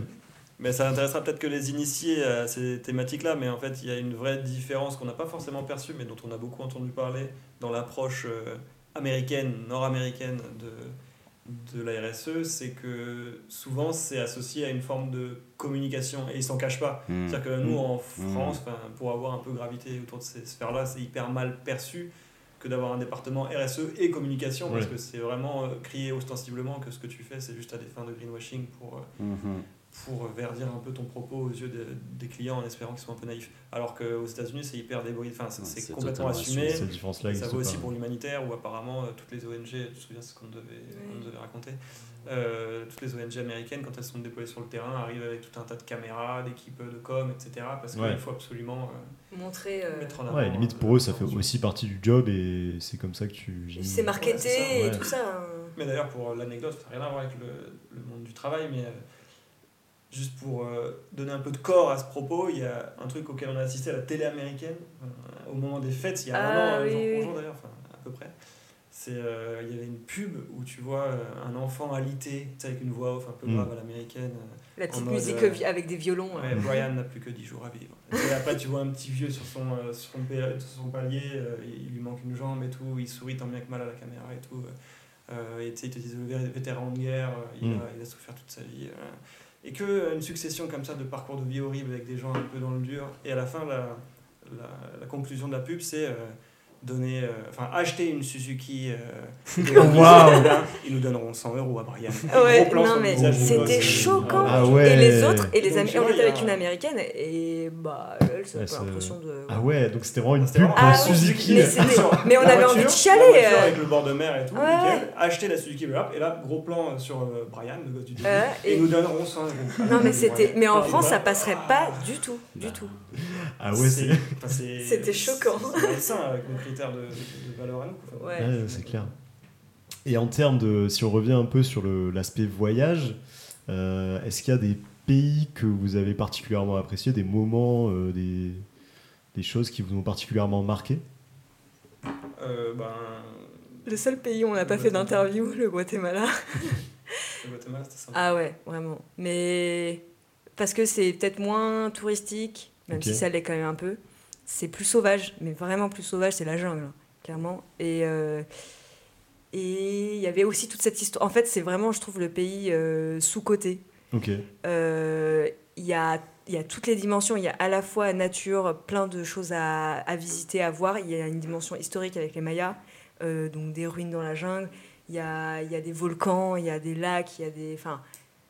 C: mais ça intéressera peut-être que les initiés à ces thématiques-là, mais en fait, il y a une vraie différence qu'on n'a pas forcément perçue, mais dont on a beaucoup entendu parler dans l'approche euh, américaine, nord-américaine de, de la RSE, c'est que souvent, c'est associé à une forme de communication, et ils s'en cachent pas.
B: Hmm.
C: C'est-à-dire que nous, en
B: Mm.
C: France, enfin, pour avoir un peu gravité autour de ces sphères-là, c'est hyper mal perçu que d'avoir un département RSE et communication, parce
A: Ouais.
C: que c'est vraiment euh, crier ostensiblement que ce que tu fais, c'est juste à des fins de greenwashing pour, euh,
D: Mm.
B: Mhm.
C: pour verdir un peu ton propos aux yeux de- des clients en espérant qu'ils soient un peu naïfs. Alors qu'aux États-Unis, c'est hyper débrouillé, enfin, c'est
B: Ouais,
C: c'est
B: c'est
C: complètement
B: totalement
C: assumé.
B: assumé,
A: Cette différence-là
C: Et ça
A: existe
C: vaut aussi
A: pas.
C: pour l'humanitaire, où apparemment euh, toutes les ONG, je me souviens ce qu'on devait, on nous avait raconté, euh, toutes les ONG américaines, quand elles sont déployées sur le terrain, arrivent avec tout un tas de caméras, d'équipes de com, etc. Parce qu'il
A: Ouais.
C: faut absolument
D: Montrer.
C: euh,
D: euh,
C: mettre en avant.
A: Ouais, limite pour
C: euh,
A: eux, ça fait
C: l'attention.
A: aussi partie du job et c'est comme ça que tu.
D: c'est
C: Ouais, c'est ça,
D: marketé et
A: ouais.
D: tout ça. hein.
C: Mais d'ailleurs, pour euh, l'anecdote, ça n'a rien à voir avec le, le monde du travail, mais euh, juste pour euh, donner un peu de corps à ce propos, il y a un truc auquel on a assisté à la télé américaine euh, au moment des fêtes, il y a
D: Ah,
C: un an, euh,
D: oui,
C: jour pour
D: oui.
C: jour d'ailleurs, enfin, à peu près. C'est, euh, il y avait une pub où tu vois euh, un enfant alité, tu sais, avec une voix off un peu
A: Mm.
C: grave à l'américaine.
D: La petite
C: En mode,
D: musique
C: euh,
D: vi- avec des violons.
C: euh,
D: hein.
C: ouais, Brian n'a plus que 10 jours à vivre. Et après, tu vois un petit vieux sur son, euh, sur son, pa- sur son palier, euh, il lui manque une jambe et tout, il sourit tant bien que mal à la caméra et tout. euh, euh, et tu sais, ils te disent le vé- vétéran de guerre, euh, il,
A: Mm.
C: a, il a souffert toute sa vie. euh, Et qu'une succession comme ça de parcours de vie horrible avec des gens un peu dans le dur, et à la fin, la, la, la conclusion de la pub, c'est. euh, donner, euh, enfin acheter une Suzuki euh, de
A: Waouh.
C: ils nous donneront 100 euros à Brian.
D: Ouais,
C: Gros plan sur
D: non
C: le
D: mais
C: visage du boss.
D: c'était
A: boss.
D: choquant.
A: Ah ouais.
D: Et les autres, et les
C: Donc,
D: Am-
C: tu
D: on
C: vois,
D: était
C: il y a-
D: avec une américaine et bah elle, ça
A: Ouais,
D: avait
A: c'est-
D: l'impression de.
A: Ah ouais, donc c'était vraiment une
C: C'était
A: pub
C: vraiment-
A: pour
D: Ah oui,
A: Suzuki.
D: mais c'était- mais on
C: La
D: avait
C: voiture,
D: envie de
C: la
D: chialer.
C: voiture
D: euh,
C: avec le bord de mer et tout,
D: Ouais,
C: nickel. Acheter la Suzuki Bellhop et là, gros plan sur euh, Brian, le gosse du début.
D: euh,
C: et
D: et-
C: nous donnerons 100 euros.
D: Non mais c'était, mais en
C: Ah,
D: France ça
C: voilà.
D: passerait pas du tout, du tout.
A: Ah ouais, c'est.
C: enfin, c'est-
D: C'était choquant.
C: C'est malsain avec nos critères de, de valeur à nous. quoi. Enfin,
D: Ouais.
A: Ouais, c'est clair. Et en termes de. Si on revient un peu sur le- l'aspect voyage, euh, est-ce qu'il y a des pays que vous avez particulièrement appréciés, des moments, euh, des, des choses qui vous ont particulièrement marqué
C: Euh, ben,
D: Le seul pays où on n'a pas fait d'interview, le Guatemala.
C: le Guatemala, c'était sympa.
D: Ah ouais, vraiment. Mais parce que c'est peut-être moins touristique, même
A: Ok.
D: si ça l'est quand même un peu. C'est plus sauvage, mais vraiment plus sauvage, c'est la jungle, hein, clairement. Et euh, et il y avait aussi toute cette histoire. En fait, c'est vraiment, je trouve, le pays euh, sous-coté.
A: Ok.
D: Euh, il y, a, il y a toutes les dimensions. Il y a à la fois nature, plein de choses à, à visiter, à voir. Il y a une dimension historique avec les Mayas, euh, donc des ruines dans la jungle. Il y a, il y a des volcans, il y a des lacs, il y a des. Enfin,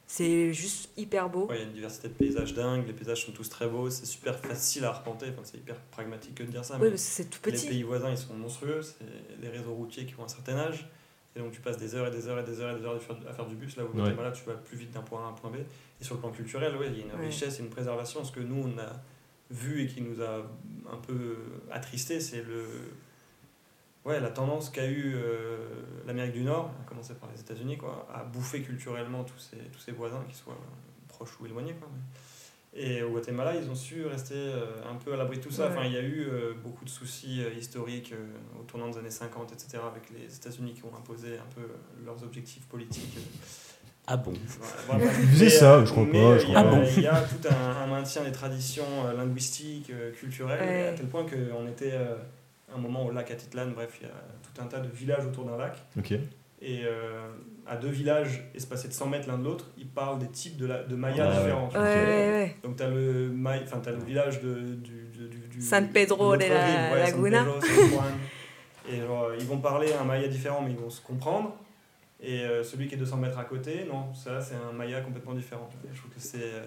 D: c'est juste hyper beau.
C: Ouais, il y a une diversité de paysages dingues, les paysages sont tous très beaux, c'est super facile à arpenter, enfin, c'est hyper pragmatique que de dire ça.
D: Oui,
C: mais
D: parce que c'est tout
C: Les
D: petit.
C: pays voisins, ils sont monstrueux. C'est des réseaux routiers qui ont un certain âge. Et donc, tu passes des heures et des heures et des heures et des heures à faire- à faire du bus. Là où au
A: Ouais.
C: Guatemala, tu vas plus vite d'un point A à un point B. Et sur le plan culturel, ouais, il y a une
D: Ouais.
C: richesse et une préservation. Ce que nous, on a vu et qui nous a un peu attristé, c'est le. Ouais, la tendance qu'a eu euh, l'Amérique du Nord, à commencer par les États-Unis, quoi, à bouffer culturellement tous ses, tous ses voisins, qu'ils soient euh, proches ou éloignés. Quoi, mais- et au Guatemala, ils ont su rester euh, un peu à l'abri de tout ça.
D: Ouais.
C: Enfin, il y a eu euh, beaucoup de soucis euh, historiques euh, au tournant des années 50, etc., avec les États-Unis qui ont imposé un peu euh, leurs objectifs politiques.
B: Ah bon
A: Ils faisaient ça, je crois
C: mais,
A: pas,
C: euh,
A: je
C: il y
A: crois
C: a-
B: pas. Ah bon
C: Il y a tout un, un maintien des traditions euh, linguistiques, euh, culturelles,
D: Ouais.
C: à tel point qu'on était euh, un moment au lac Atitlan, bref, il y a tout un tas de villages autour d'un lac.
A: Ok.
C: Et euh, à deux villages espacés de 100 mètres l'un de l'autre, ils parlent des types de, la- de mayas
A: Ah ouais.
C: différents. tu
D: Ouais,
C: vois.
D: ouais, ouais.
C: Donc t'as le maï- enfin t'as le village de du, du, du- du-
D: San Pedro
C: de l'autre
D: de la
C: rive, ouais, San
D: Laguna.
C: Pedro, San Juan. et genre, euh, ils vont parler un maya différent, mais ils vont se comprendre. Et euh, celui qui est 200 mètres à côté, non, ça c'est un maya complètement différent. Et je trouve que c'est euh,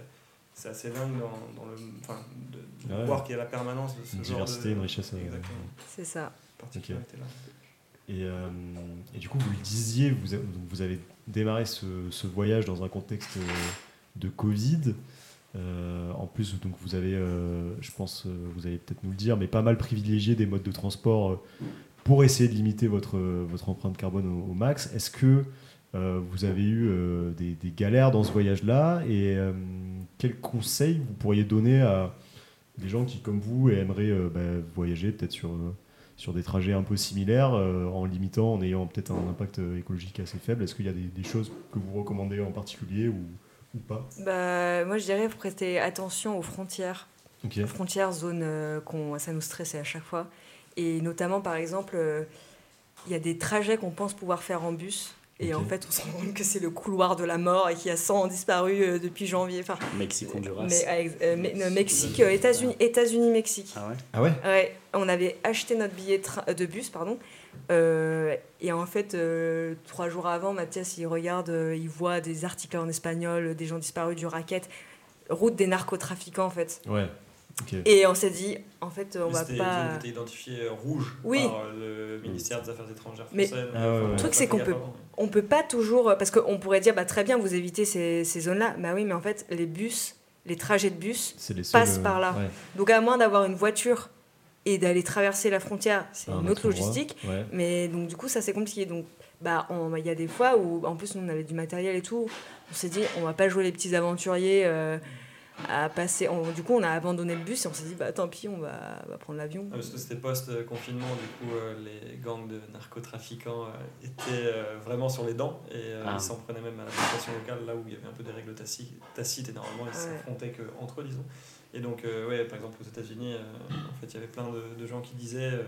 C: c'est assez dingue dans, dans le enfin, de, de
A: Ouais.
C: voir qu'il y a la permanence de ce
A: Une
C: genre
A: diversité,
C: de
A: une richesse. euh,
C: Exactement.
D: C'est ça.
C: particularité là.
A: Et, euh, et du coup, vous le disiez, vous, a- donc vous avez démarré ce, ce voyage dans un contexte euh, de Covid. Euh, en plus, donc vous avez, euh, je pense, euh, vous allez peut-être nous le dire, mais pas mal privilégié des modes de transport euh, pour essayer de limiter votre, euh, votre empreinte carbone au, au max. Est-ce que euh, vous avez eu euh, des, des galères dans ce voyage-là Et euh, quels conseils vous pourriez donner à des gens qui, comme vous, aimeraient euh, bah, voyager peut-être sur... euh, sur des trajets un peu similaires, euh, en limitant, en ayant peut-être un impact euh, écologique assez faible. Est-ce qu'il y a des, des choses que vous recommandez en particulier ou, ou pas
D: Bah, moi, je dirais, faut prêter attention aux frontières.
A: Ok.
D: frontières, zones euh, qu'on, ça nous stressait à chaque fois. Et notamment, par exemple, euh, il y a des trajets qu'on pense pouvoir faire en bus. Et
A: Ok.
D: en fait, on se rend compte que c'est le couloir de la mort et qu'il y a 100 disparus euh, depuis janvier. Enfin,
B: Mexique, Honduras.
D: mais, euh, euh, mais- non, Mexique, euh, États-Unis, États-Unis, Mexique.
B: Ah ouais
A: Ah ouais
D: Ouais, on avait acheté notre billet de train- euh, de bus, pardon. euh, et en fait, euh, trois jours avant, Mathias, il regarde, euh, il voit des articles en espagnol, des gens disparus du racket, route des narcotrafiquants, en fait.
A: Ouais. Ok.
D: Et on s'est dit, en fait, on
C: Lui,
D: va
C: c'était une zone qui
D: pas.
C: était identifiée euh, rouge
D: Oui.
C: par euh, le ministère des Affaires étrangères
D: Mais-
C: français. donc,
A: Ah ouais,
C: enfin,
A: ouais.
C: on
A: Le
D: truc,
C: a
D: c'est
C: pas
D: qu'on
C: fait
D: peut-
C: gaffe avant, mais-
D: On peut pas toujours. Parce qu'on pourrait dire, bah, très bien, vous évitez ces, ces zones-là. Bah oui, mais en fait, les bus, les trajets de bus.
A: C'est les
D: Passe
A: euh,
D: par là.
A: ouais,
D: Donc, à moins d'avoir une voiture et d'aller traverser la frontière, c'est
A: un
D: une autre
A: endroit.
D: logistique.
A: Ouais.
D: Mais donc, du coup, ça, c'est compliqué. Donc, bah, on- il y a des fois où, en plus, nous, on avait du matériel et tout. On s'est dit, on va pas jouer les petits aventuriers. euh, à passer, on- du coup, on a abandonné le bus et on s'est dit, bah tant pis, on va, on va prendre l'avion.
C: Ah, parce que c'était post-confinement, du coup, euh, les gangs de narcotrafiquants euh, étaient euh, vraiment sur les dents et euh,
B: Ah.
C: ils s'en prenaient même à la population locale, là où il y avait un peu des règles taci- tacites et normalement ils
D: Ouais.
C: s'affrontaient qu'entre eux, disons. Et donc, euh, ouais, par exemple, aux États-Unis, euh, en fait, il y avait plein de, de gens qui disaient euh,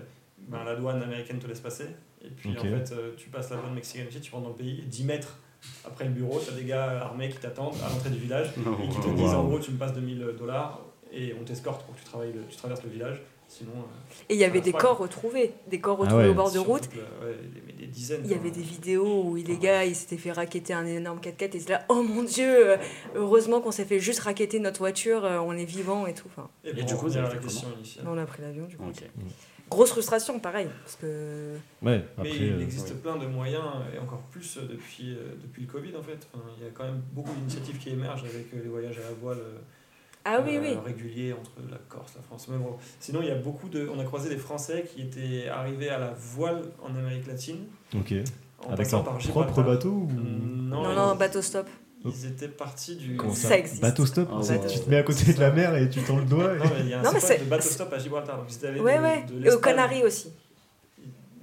C: ben, la douane américaine te laisse passer, et puis
A: Ok.
C: en fait, euh, tu passes la douane mexicaine, tu rentres dans le pays, et 10 mètres Après le bureau, t'as des gars armés qui t'attendent à l'entrée du village
B: Oh,
C: et qui te
B: wow.
C: disent en gros tu me passes 2000 dollars et on t'escorte pour que tu, travailles le- tu traverses le village. Sinon, euh,
D: Et il y avait des
C: Ouais.
D: corps retrouvés, des corps
A: Ah
D: retrouvés
A: ouais.
D: au bord de
C: surtout
D: route.
C: que, ouais, les- mais des dizaines.
D: Il y
C: quoi.
D: avait des vidéos où les gars, ils s'étaient fait raqueter un énorme 4x4 et ils étaient là, oh mon dieu, euh, heureusement qu'on s'est fait juste raqueter notre voiture, euh, on est vivant et tout. Enfin,
C: Et,
B: Et
C: du
B: du coup,
C: coup,
B: vous
C: la
B: avez fait
C: question initiale.
D: on a pris l'avion du coup.
B: Ok.
D: Grosse frustration, pareil, parce que
A: Ouais,
C: Mais
A: après.
C: il
A: euh,
C: existe plein de moyens, et encore plus depuis, euh, depuis le Covid en fait. Enfin, il y a quand même beaucoup d'initiatives qui émergent avec euh, les voyages à la voile euh,
D: ah oui
C: euh,
D: oui,
C: réguliers entre la Corse, la France. Mais bon, sinon il y a beaucoup de, on a croisé des Français qui étaient arrivés à la voile en Amérique latine
A: Ok.
C: en
A: Avec
C: passant
A: leur
C: par
A: propre
C: Gibraltar.
A: bateau ou...
C: Non,
D: non
C: ils-
D: non, bateau stop.
C: Ils étaient partis du.
A: Comment
D: ça
A: ça
D: existe.
A: Bateau stop
B: Ah
A: c'est-
B: ouais.
A: Tu te mets à côté de la mer et tu tends le doigt.
C: Non,
A: et-
C: mais il y a un
D: Non, mais
C: spot
D: c'est-
C: de bateau stop à Gibraltar. Donc, ils étaient allés
D: Ouais
C: de-
D: ouais,
C: de
D: et aux
C: l'Espagne.
D: Canaries aussi.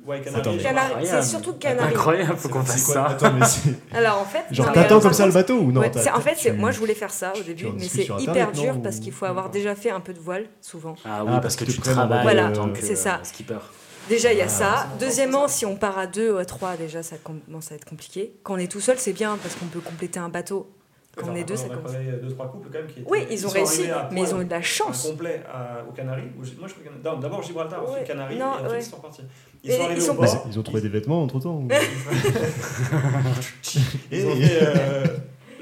C: Ouais, Canaries.
A: Attends, mais-
C: Gibraltar.
D: Canaries, c'est
B: Incroyable.
D: surtout Canaries.
B: Incroyable, faut qu'on
A: C'est
B: fasse
A: quoi
B: ça.
A: Attends, mais c'est-
D: Alors en fait,
A: Genre
D: non,
A: t'attends
D: mais-
A: comme ça le bateau ou non
D: Ouais,
A: t'as-
D: c'est- en fait, c'est-
A: tu-
D: moi je voais faire ça au début,
A: en
D: mais
A: discutes
D: c'est
A: sur
D: hyper
A: Internet,
D: dur
A: non,
D: parce
A: ou-
D: qu'il faut avoir déjà fait un peu de voile, souvent.
B: Ah oui,
A: Ah,
B: parce
A: parce
B: que,
A: que
B: tu
A: tu prends
B: travailles
A: Voilà.
B: en tant que
D: C'est ça.
B: euh, skipper.
D: Déjà, il y a
A: Ah,
D: ça.
C: c'est
D: Deuxièmement,
C: important,
D: si on part à deux ou à trois, déjà, ça commence à être compliqué. Quand on est tout seul, c'est bien parce qu'on peut compléter un bateau. Quand on
C: Enfin,
D: est deux, ça
C: on a
D: commence.
C: croisé euh, deux, trois couples quand même qui étaient-
D: Oui, ils ont
C: sont
D: réussi,
C: arrivés à
D: mais ils
C: poil.
D: ont eu de la chance.
C: Un complet à- aux Canaries. ou Gi- moi, je crois que- non, d'abord Gibraltar, ensuite
D: Ouais,
C: Canaries,
D: non,
C: et ensuite
D: ouais.
C: ils sont partis. Ils
D: Et
C: sont arrivés
D: ils
C: au
D: sont-
A: Mais
C: bord.
A: c'est- Ils ont trouvé des vêtements entre temps
C: Ils ont fait, euh,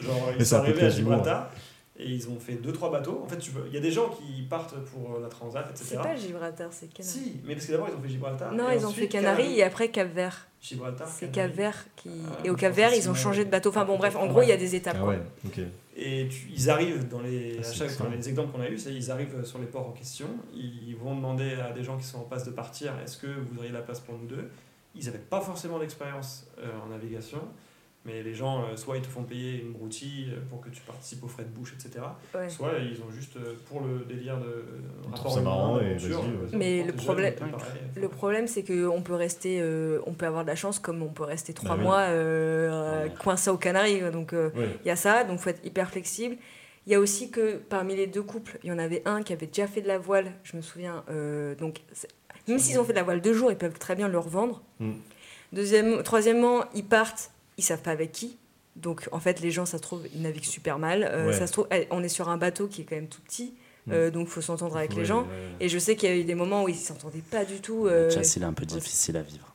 C: genre, ils
A: Mais ça
C: sont
A: peut
C: arrivés
A: être
C: à
A: l'humour, ouais.
C: Gibraltar et ils ont fait deux trois bateaux. En fait, tu peux- il y a des gens qui partent pour euh, la Transat,
D: C'est
C: etc.
D: pas Gibraltar, c'est Canaries.
C: Si, mais parce que d'abord ils ont fait Gibraltar.
D: Non,
C: et
D: ils ont
C: ensuite
D: fait Canaries et après Cap Vert.
C: Gibraltar.
D: C'est Cap
C: Canaries.
D: Vert qui.
C: Ah,
D: Et au
C: je
D: Cap
C: pense
D: Vert,
C: que
D: ils ont
C: c'est-
D: changé de bateau. Enfin bon, bref, en
C: Ouais.
D: gros, il y a des étapes.
A: Ah
D: quoi.
A: ouais, ok.
C: Et tu- ils arrivent dans les.
A: Ah,
C: à
A: c'est
C: chaque,
A: excellent.
C: enfin, les exemples qu'on a eus, c'est ils arrivent sur les ports en question, ils vont demander à des gens qui sont en passe de partir est-ce que vous auriez la place pour nous deux Ils n'avaient pas forcément d'expérience euh, en navigation, mais les gens, euh, soit ils te font payer une broutille euh, pour que tu participes aux frais de bouche, etc.
D: Ouais.
C: Soit euh, ils ont juste euh, pour le délire de euh,
A: Ils
C: rapport
A: trouvent ça
C: humain,
A: marrant et
C: d'aventure,
A: vas-y,
C: euh,
A: ouais.
C: vas-y,
D: Mais le
C: on est jeune,
D: problème-
C: on est pareil.
D: Le problème, c'est qu'on peut rester, euh, on peut avoir de la chance, comme on peut rester trois
C: Bah
A: oui.
D: mois euh,
C: Ah
B: Ouais.
D: coincé aux Canaries. quoi. Donc, euh,
A: Ouais.
D: Il y a ça, donc faut être hyper flexible. Il y a aussi que parmi les deux couples, il y en avait un qui avait déjà fait de la voile, je me souviens. euh, donc, c'est- même s'ils ont fait de la voile deux jours, ils peuvent très bien le revendre.
A: Mm.
D: Deuxième, troisièmement, ils partent, ils savent pas avec qui. Donc, en fait, les gens, ça se trouve, ils naviguent super mal. Euh,
A: Ouais.
D: Ça se trouve, eh, on est sur un bateau qui est quand même tout petit,
A: Mm.
D: euh, donc faut s'entendre avec
A: Ouais,
D: les gens.
A: ouais.
D: Et je sais qu'il y a eu des moments où ils s'entendaient pas du tout. euh,
B: Le chasse, il est un peu difficile à vivre.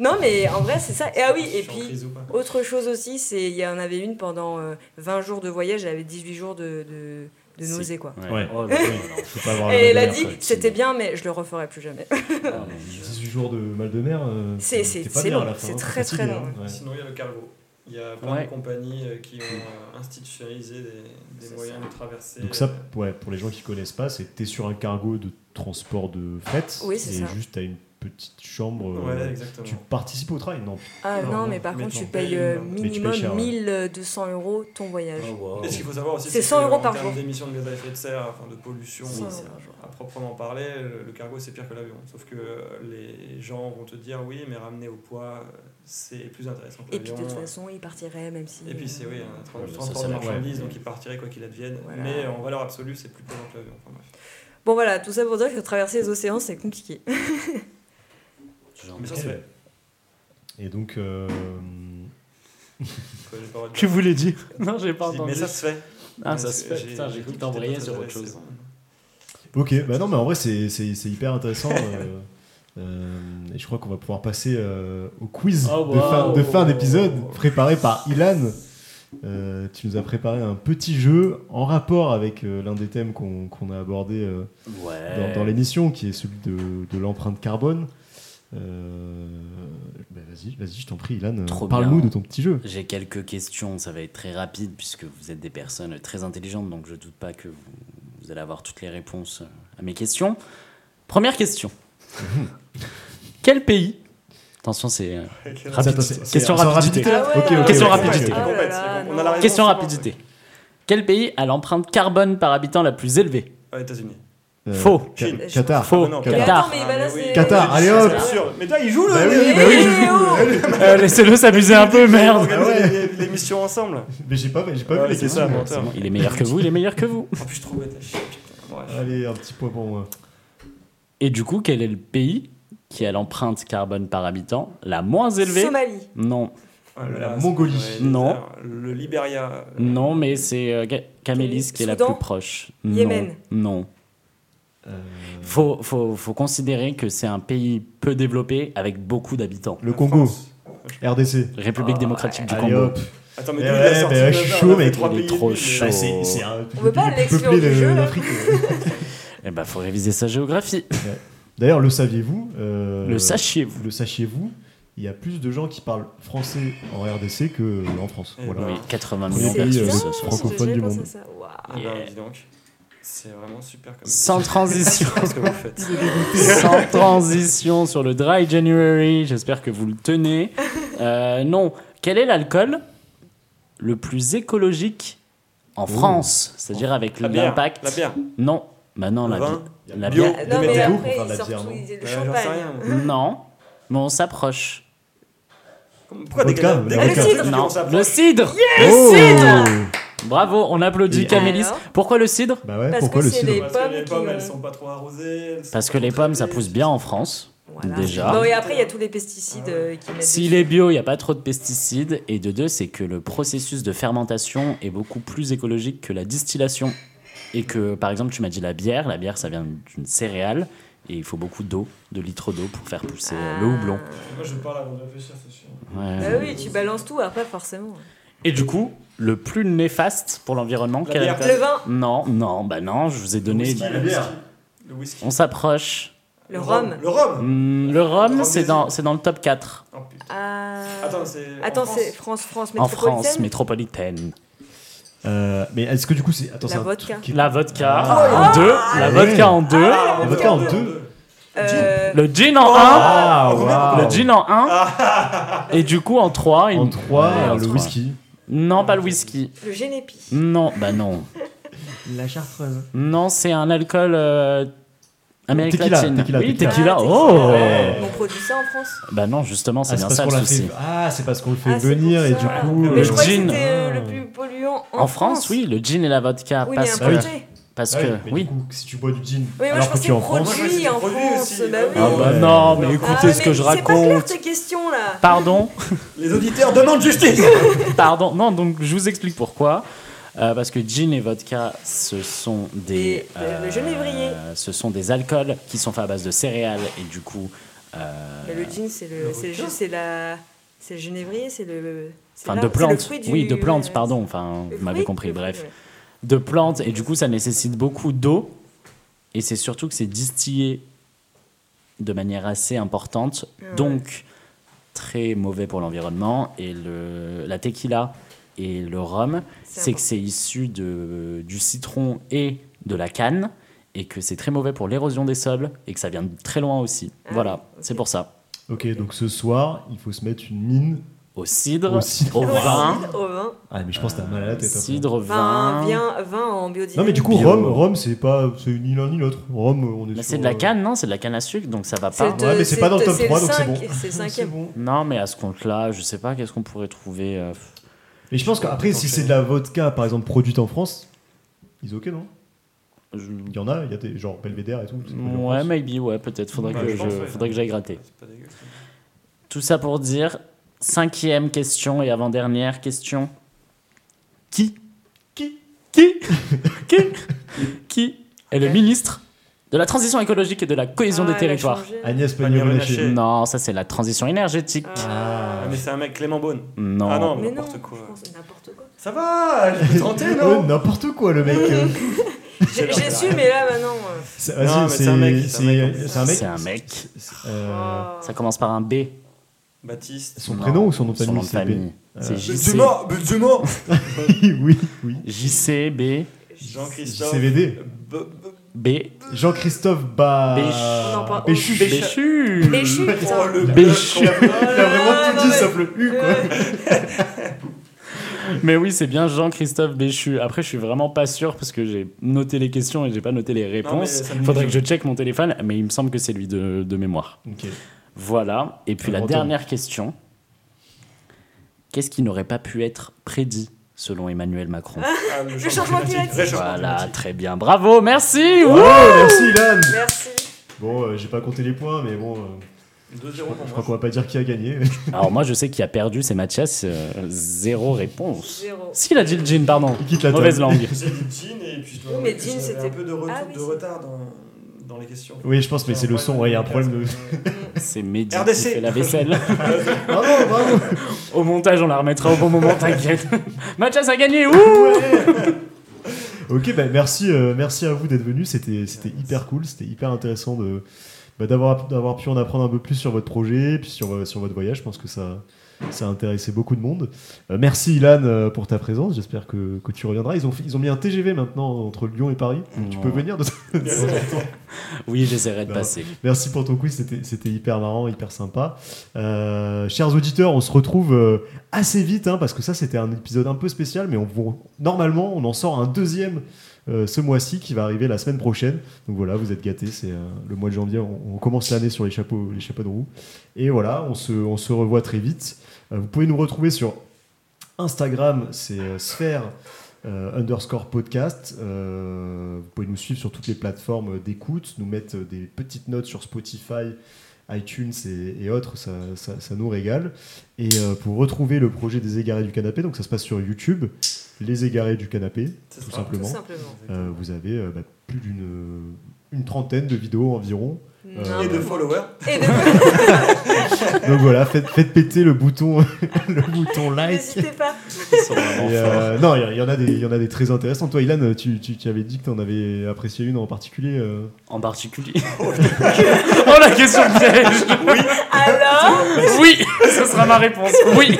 D: Non, mais en vrai, c'est ça. Et ah oui,
C: Je
D: et
C: suis en
D: puis.
C: crise ou pas
D: Autre chose aussi, c'est il y en avait une pendant euh, 20 jours de voyage, elle avait 18 jours de, de, de
B: Si.
D: nausée quoi.
A: Ouais.
B: Oh là là là.
A: Faut pas avoir
D: Et elle a
B: ouais,
D: dit
B: ouais,
D: c'était
B: c'est-
D: bien mais je le referai plus jamais.
B: Ah, mon Dieu.
A: 18 jours de mal de mer. euh,
D: C'est-
A: t'es
D: c'est-
A: pas
D: c'est
A: bien à
D: long,
A: la fin,
D: c'est
A: hein,
D: très,
A: t'es
D: très
A: fatigué,
D: long,
A: hein, ouais.
C: Sinon, il y a le cargo. Il y a plein
B: Ouais.
C: de compagnies euh, qui ont euh, institutionnalisé des, des
D: C'est
C: moyens
D: ça.
C: de traverser.
A: Donc ça,
C: euh,
A: ouais, pour les gens qui connaissent pas, c'est que t'es sur un cargo de transport de fret.
D: Oui, c'est
A: et
D: ça.
A: juste t'as une petite chambre. euh,
C: Ouais, exactement.
A: tu participes au travail, non
D: Ah
C: Non,
D: non,
C: non,
D: mais par
C: mais
D: contre
C: tu
D: tu
C: en payes
D: payes euh,
C: une,
A: mais tu payes
D: minimum
A: cher, ouais.
D: 1200 euros ton voyage.
B: Oh, wow.
C: Et ce qu'il faut savoir aussi,
D: C'est 100
C: que,
D: euros
C: en
D: par
C: termes
D: jour.
C: d'émissions de gaz à effet de serre, enfin de pollution,
D: Oui,
C: euh,
D: c'est un jour.
C: à proprement parler, euh, le cargo c'est pire que l'avion. Sauf que euh, les gens vont te dire oui, mais ramener au poids, euh, c'est plus intéressant que
D: Et puis
C: l'avion.
D: de toute façon, il partirait même si euh,
C: Et puis c'est oui, hein. un tra-
B: Ouais, mais ça,
C: transport
B: c'est
C: de
B: la-
C: marchandises,
A: ouais.
C: donc ils partiraient quoi qu'il advienne.
D: Voilà.
C: Mais en valeur absolue, c'est plus pesant que l'avion. Enfin, bref.
D: Bon voilà, tout ça pour dire que traverser les océans c'est compliqué. Ah
B: Genre,
C: Mais ça, c'est
A: Et donc. euh,
C: quoi, j'ai pas le droit de
B: Que
C: dire.
B: vous voulez dire Non, j'ai pas
C: Je dis,
B: entendu.
C: Mais ça se fait.
B: Ah, ça se
C: J'ai-
B: fait. Putain, j'ai
C: dit
B: cru
C: que
B: que t'embrayais
C: t'étais
B: sur autre
C: intéressé.
B: chose.
A: Ok, bah non, mais en vrai, c'est c'est- c'est hyper intéressant. euh, euh, et je crois qu'on va pouvoir passer euh, au quiz
B: Oh,
A: de
B: wow.
A: fin de fin d'épisode préparé par Ilan. Euh, tu nous as préparé un petit jeu en rapport avec euh, l'un des thèmes qu'on qu'on a abordé euh, dans,
B: Ouais.
A: dans l'émission, qui est celui de, de l'empreinte carbone. Euh, bah vas-y, vas-y, je t'en prie, Ilan, euh,
B: Trop
A: parle-nous
B: bien.
A: de ton petit jeu.
B: J'ai quelques questions, ça va être très rapide puisque vous êtes des personnes très intelligentes, donc je doute pas que vous, vous allez avoir toutes les réponses euh, à mes questions. Première question. Quel pays Attention, c'est... euh,
C: Ouais, quel-
B: Rapide.
A: Ça, ça, ça,
B: Question
A: ça, ça,
B: rapidité.
A: rapidité. hein Ok, ok,
B: Ah Question
A: ok, ok,
B: rapidité.
A: ok.
D: Ah là
C: Ouais,
D: là,
C: c'est bon,
D: non.
C: on a la réponse.
B: Question
C: souvent,
B: rapidité. Quel pays a l'empreinte carbone par habitant la plus élevée
C: Aux Ah, États-Unis.
A: Euh,
B: Faux.
A: Ca-
D: Je-
A: Qatar.
B: Faux.
C: Ah, non,
D: Mais
A: Qatar.
D: attends, mais il
C: Ah,
D: va là,
C: mais oui.
D: c'est-
A: Qatar, allez hop
C: C'est sûr. Mais toi, il joue le.
A: Bah oui,
D: Eh,
A: bah oui,
D: eh, oh
B: Euh, Laissez-le s'amuser un peu,
C: On
B: merde
C: organise
A: ouais.
C: les- l'émission ensemble.
A: Mais j'ai pas, j'ai pas
C: Ouais,
A: vu les
C: c'est
A: questions.
C: ça,
A: moi.
C: menteur.
B: Bon, Il est meilleur que vous, il est meilleur que vous.
C: En plus, je trouve bête. Putain, bref.
A: Allez, un petit point pour moi.
B: Et du coup, quel est le pays qui a l'empreinte carbone par habitant la moins élevée
D: Somalie.
B: Non.
C: Ah,
A: La
C: là, c'est-
A: Mongolie.
C: ouais,
B: Non.
C: Le Liberia. euh,
B: Non, mais c'est euh, Ga- Camélis qui est la
D: Soudan
B: plus proche.
D: Yémen.
B: Non. non.
A: Euh,
B: Faut, faut, faut considérer que c'est un pays peu développé avec beaucoup d'habitants.
A: Le
C: La
A: Congo,
C: France.
A: RDC.
B: République
C: Ah,
B: démocratique du
A: Allez
B: Congo.
A: hop.
C: Attends, mais
A: Eh
C: d'où il
A: ouais,
C: a sorti
A: bah,
C: le
A: je suis
C: hasard,
A: chaud,
C: on a fait
A: mec.
C: trois
B: Il est
C: pays et
B: trop
C: demi, mais-
B: chaud.
A: un
D: On veut pas
A: des plus
D: l'exclure
A: peuplés
D: du jeu, là.
A: d'Afrique.
B: Eh ben, faut réviser sa géographie.
A: D'ailleurs, le saviez-vous euh,
B: Le sachiez-vous.
A: Le sachiez-vous Il y a plus de gens qui parlent français en RDC que euh, en France.
C: Eh
A: Voilà.
B: Oui, 80
A: C'est
B: millions de
A: dingue.
B: personnes.
A: euh,
B: ce
A: le
B: soir.
A: francophone
D: j'ai
A: du
D: pensé
A: monde.
D: à ça. Waouh.
C: Eh ben,
B: Yeah.
C: dis donc, c'est vraiment super comme
B: Sans transition.
C: Parce que vous faites.
B: Sans transition sur le Dry January, j'espère que vous le tenez. Euh, non, quel est l'alcool le plus écologique en France C'est-à-dire avec
C: La bière.
B: l'impact.
C: La bière. Non.
B: Non, bah non, la
C: Le vin.
B: bière. La
C: Bio.
B: bière.
D: Non,
C: Le
D: mais
C: météo
A: pour
D: après,
A: faire de
D: ils
A: la bière,
D: sortent
A: non
D: le
C: Ouais, Euh, j'en sais
D: champagne.
C: rien.
B: Non, mais on s'approche.
C: Comment- Pourquoi
A: Vodka,
C: dès
A: la
C: qu'il y a- dès qu'il y
D: vodka.
C: a un truc qui
B: Non,
C: commence à
B: le cidre
A: Oh
B: Bravo, on applaudit
A: Et
B: Camélis.
D: alors
B: Pourquoi le cidre
A: Bah ouais,
D: Parce
A: pourquoi
D: que
A: le
D: c'est
A: cidre
D: les-
C: Parce
D: pommes
C: que les
D: qui,
C: pommes,
D: euh,
C: elles sont pas trop arrosées. elles sont
B: Parce que
C: pas
B: les
C: trop
B: pommes, ça
C: traitées.
B: pousse bien en France.
D: Voilà.
B: Déjà.
D: Bon, et après, il y a tous les pesticides
C: Ah ouais.
D: euh, qui mettent.
B: S'il
D: dessus.
B: est bio, il n'y a pas trop de pesticides. Et de deux, c'est que le processus de fermentation est beaucoup plus écologique que la distillation. Et que, par exemple, tu m'as dit la bière. La bière, ça vient d'une céréale. Et il faut beaucoup d'eau, de litres d'eau pour faire pousser euh, le
D: Ah.
B: houblon.
C: Moi, je parle avant de réfléchir, c'est sûr.
B: Ouais.
D: Bah oui, tu balances tout après, forcément.
B: Et du coup, le plus néfaste pour l'environnement...
C: La
B: quel-
C: bière.
D: Le vin,
B: Non, non, bah non, je vous ai
C: Le
B: donné...
C: whisky,
A: la bière.
C: Le whisky.
B: On s'approche.
D: le rhum.
C: Le rhum
B: Hmm, le
C: Le
B: rhum,
C: rhum
B: c'est
C: des
B: dans,
C: îles.
B: c'est dans le top 4
C: Oh, putain.
D: Ah.
C: Attends, c'est. en
D: Attends,
C: France
D: c'est France, France
B: en
D: métropolitaine.
B: France métropolitaine.
A: Euh, Mais est-ce que du coup, c'est. Attends,
D: La
A: c'est un
D: vodka.
A: truc qui-
B: La vodka
A: Ah.
B: en deux. La
A: Ouais.
B: vodka en deux.
C: Ah,
A: La vodka en deux.
D: Euh,
B: Le gin en 1.
C: Oh.
A: Ah,
C: Oh,
A: waouh.
B: Le gin en 1. Et du coup, en 3.
A: En 3,
B: Ouais, en
A: le
B: trois.
A: whisky.
B: Non, pas le whisky.
D: Le Génépi.
B: Non, bah non.
A: La chartreuse.
B: Non, c'est un alcool euh, Amérique
A: Tequila,
B: latine.
A: tequila,
B: oui,
A: tequila.
B: tequila.
D: Ah,
B: Oh
A: Ouais.
D: On produit ça en France.
B: Bah non, justement, c'est
A: Ah, c'est
B: bien
A: parce
B: ça
A: qu'on
B: le
A: l'a
B: souci.
A: fait. Ah, c'est parce qu'on le fait
D: Ah, c'est
A: venir
D: pour
A: et
D: ça.
A: du coup.
B: Mais
D: Mais
A: euh,
D: je crois que
B: gin.
D: c'était euh,
A: Ah.
D: le plus polluant en,
B: En France, oui, le gin et la vodka.
D: Oui, mais
B: parce que.
D: importé.
B: Parce
A: Ah oui,
B: que.
A: mais
B: Oui.
A: du coup, si tu bois du gin,
D: moi, je
A: alors que
D: pensais
A: tu es en
D: produit.
A: France.
C: Moi, je crois que c'est
D: en
C: produit
D: France,
C: aussi.
D: bah oui.
B: Ah bah non, mais
D: Ah,
B: écoutez ce
D: mais
B: que je
D: C'est pas clair
B: raconte.
D: tes questions là.
B: Pardon.
C: Les auditeurs demandent justice
B: Pardon, non, donc je vous explique pourquoi. Euh, parce que gin et vodka, ce sont des.
D: Des- euh, le genévrier.
B: Ce sont des alcools qui sont faits à base de céréales et du coup. euh,
D: Mais le gin, c'est le,
C: le
D: c'est le-
C: vodka.
D: c'est la, c'est le génévrier, c'est le. c'est
B: Enfin, de
D: l'arbre, c'est le
B: plantes.
D: fruit du-
B: Oui, de plantes,
D: ouais,
B: pardon. Enfin,
D: le
B: vous m'avez
D: fruit,
B: compris,
D: le fruit,
B: bref.
D: ouais.
B: De plantes, et du coup, ça nécessite beaucoup d'eau. Et c'est surtout que c'est distillé de manière assez importante.
D: Ouais.
B: Donc, très mauvais pour l'environnement. Et le, la tequila et le rhum, c'est que
D: important.
B: c'est issu de, du citron et de la canne, et que c'est très mauvais pour l'érosion des sols, et que ça vient de très loin aussi.
D: Ah,
B: voilà,
D: ok.
B: c'est pour ça.
A: Ok, donc ce soir, il faut se mettre une mine.
B: Au cidre,
A: Au cidre.
B: au
D: Au
B: vin,
D: cidre, Au vin.
A: Ah, mais je pense que t'as mal à la tête. après.
B: cidre, vin.
D: Vin, vin, vin en biodynamie.
A: Non, mais du coup,
B: Bio.
A: Rome, Rome c'est pas. C'est ni l'un ni l'autre. Rome, on est
B: Mais
A: sur,
B: c'est de la
A: euh,
B: canne, non C'est de la canne à sucre, donc ça va
D: C'est
B: pas.
D: de-
A: ah, Ouais, mais c'est pas dans le top
D: c'est
A: 3, donc c'est
D: cinq-
A: bon.
D: C'est le
A: C'est
D: cinquième.
A: bon.
B: Non, mais à ce compte-là, je sais pas, qu'est-ce qu'on pourrait trouver euh,
A: Mais je pense qu'après, si c'est de la vodka, par exemple, produite en France, ils ok, non
B: je-
A: Il y en a, il y a des. Genre Belvédère et tout. c'est produit en
B: Ouais,
A: France.
B: maybe, ouais, peut-être. Faudrait
C: Bah,
B: que
C: je pense,
B: je-
C: ouais.
B: faudrait que j'aille gratter.
C: C'est pas dégueu.
B: Tout ça pour dire, cinquième question et avant-dernière question. Qui Qui Qui Qui Qui est le ministre de la transition écologique et de la cohésion
D: Ah,
B: des
D: elle a
B: territoires
D: changé.
A: Agnès
C: Pannier
A: Pannier-Runacher.
C: Runacher.
B: Non, ça c'est la transition énergétique.
C: Ah, mais c'est un mec, Clément Beaune.
B: Non.
C: Ah non,
D: Mais non,
C: n'importe quoi.
D: je pense n'importe quoi.
C: Ça va Je vais tenter,
A: Ouais,
C: non
A: N'importe quoi, le mec. euh.
D: J'ai j'ai su, mais là maintenant. euh,
A: C'est-
C: Non, mais
A: Vas-y,
C: c'est un mec,
A: c'est.
C: c'est un mec.
A: C'est un mec.
B: C'est un Ah. mec.
A: Euh,
D: oh.
B: Ça commence par un B.
C: Baptiste.
A: Son
B: Non,
A: prénom ou son nom de
B: Son nom
A: famille
B: de
A: c'est B.
B: famille. C'est JC.
C: Benzema Benzema
A: Oui, oui.
B: JC, B,
C: Jean-Christophe.
A: CVD.
C: B- B-
B: B.
A: Jean-Christophe Ba...
B: Béch-
D: On en parle-
A: Béchu.
C: Béch-
B: Béchu.
D: Béchu,
C: Oh,
D: putain.
C: le
B: Béchu.
C: bluff qu'on a.
A: Il a vraiment tout
D: Ah, non,
A: dit,
D: mais-
A: sauf le U, quoi.
B: Mais oui, c'est bien Jean-Christophe Béchu. Après, je suis vraiment pas sûr parce que j'ai noté les questions et j'ai pas noté les réponses.
C: ça me
B: Faudrait
C: dit-
B: que je check mon téléphone, mais il me semble que c'est lui de, de mémoire.
A: Ok.
B: Voilà. Et puis
A: Un
B: la
A: breton.
B: dernière question. Qu'est-ce qui n'aurait pas pu être prédit selon Emmanuel Macron
C: Ah, le
D: changement climatique.
C: Réchauffement
B: Voilà,
C: climatique.
B: très bien. Bravo, merci.
A: Oh, merci, Ilan
D: Merci.
A: Bon, euh, j'ai pas compté les points, mais bon... euh,
C: 2-0
A: Je
C: pour
A: crois
C: moi.
A: qu'on va pas dire qui a gagné.
B: Alors moi, je sais qui a perdu, c'est Mathias. euh, zéro réponse.
D: Zéro.
B: S'il a dit le jean, pardon.
A: Il quitte la
B: Mauvaise
A: table.
B: langue.
C: J'ai dit Jean et puis je dois
D: Oui,
C: avouer
D: mais
C: que
D: Jean,
C: j'avais
D: c'était-
C: un peu de, retour-
D: Ah oui,
C: de
D: c'est-
C: retard dans, dans les questions.
A: Oui, je pense, mais c'est le son. ouais, Il y a un problème de.
B: C'est Mehdi qui
C: RDC.
B: fait la vaisselle.
D: Ah
A: Bravo, bravo
B: Au montage, on la remettra au bon moment, t'inquiète. Mathias a gagné, ouh
A: Ok, bah, merci, euh, merci à vous d'être venus. C'était, c'était hyper cool, c'était hyper intéressant de, bah, d'avoir, d'avoir pu en apprendre un peu plus sur votre projet, puis sur, euh, sur votre voyage. Je pense que ça, ça a intéressé beaucoup de monde. Euh, merci Ilan euh, pour ta présence. J'espère que, que tu reviendras. Ils ont, fait- ils ont mis un TGV maintenant entre Lyon et Paris. Donc, Tu peux
B: Non.
A: venir de
B: Oui, j'essaierai de
A: Non.
B: passer.
A: Merci pour ton quiz, c'était- c'était hyper marrant, hyper sympa. Euh, chers auditeurs, on se retrouve euh, assez vite, hein, parce que ça c'était un épisode un peu spécial, mais on, vous- normalement on en sort un deuxième euh, ce mois-ci qui va arriver la semaine prochaine. Donc voilà, vous êtes gâtés, c'est euh, le mois de janvier, on, on commence l'année sur les chapeaux, les chapeaux de roue. Et voilà, on se, on se revoit très vite. Euh, vous pouvez nous retrouver sur Instagram, c'est euh, sphère. euh, underscore podcast. Euh, vous pouvez nous suivre sur toutes les plateformes d'écoute, nous mettre des petites notes sur Spotify, iTunes et, et autres, ça, ça- ça nous régale. Et euh, pour retrouver le projet des égarés du canapé, donc ça se passe sur YouTube, les égarés du canapé,
C: C'est
A: tout
C: ça.
D: Tout
A: simplement.
D: simplement.
A: Euh, vous avez euh, bah, plus d'une une trentaine de vidéos environ. Euh,
C: Et de
D: N'importe.
C: followers.
D: Et de-
A: Donc voilà, faites, faites péter le bouton, le bouton like.
D: N'hésitez pas.
B: Ils sont vraiment
A: Et,
B: forts.
A: euh, non, il y a- il y, en a des- il y en a des très intéressantes. Toi, Ilan, tu, tu, tu avais dit que tu en avais apprécié une en particulier. euh.
B: En particulier. oh la question piège
D: Alors
B: Oui Ce sera ma réponse. Oui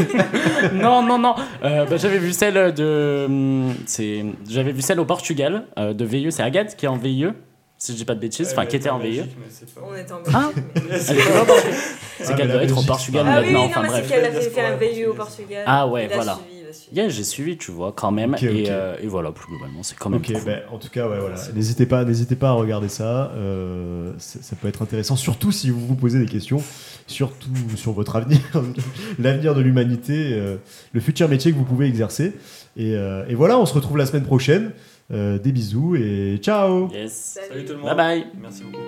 B: Non, non, non. Euh, bah, j'avais vu celle de. hum, c'est- J'avais vu celle au Portugal euh, de VIE. C'est Agathe qui est en VIE, si je dis pas de bêtises. Enfin, qui était en E. VIE.
C: Belgique, mais c'est pas-
D: On est en
B: Ah.
D: Belgique, mais-
B: Elle
C: E.
B: était pas au Portugal.
A: Ah,
B: C'est
A: mais
B: qu'elle
A: la
B: doit être au
A: Belgique,
B: Portugal
A: c'est pas-
D: Ah oui,
B: maintenant.
D: oui, non,
B: Enfin
D: mais c'est
B: bref.
D: qu'elle a fait faire un VU au Portugal.
B: Ah ouais,
D: Il a
B: voilà.
D: suivi, il a suivi.
B: Yeah, j'ai suivi, tu vois, quand même.
A: Ok,
B: et,
A: ok.
B: euh, et voilà, plus globalement, c'est quand même.
A: Ok,
B: cool.
A: ben, en tout cas, ouais, voilà.
C: Merci
A: N'hésitez pas, n'hésitez pas à regarder ça. euh, c'est- ça peut être intéressant, surtout si vous vous posez des questions, surtout sur votre avenir, l'avenir de l'humanité, euh, le futur métier que vous pouvez exercer. Et, euh, et voilà, on se retrouve la semaine prochaine. Euh, des bisous et ciao.
B: Yes.
C: Salut tout le monde.
B: Bye bye.
C: Merci beaucoup.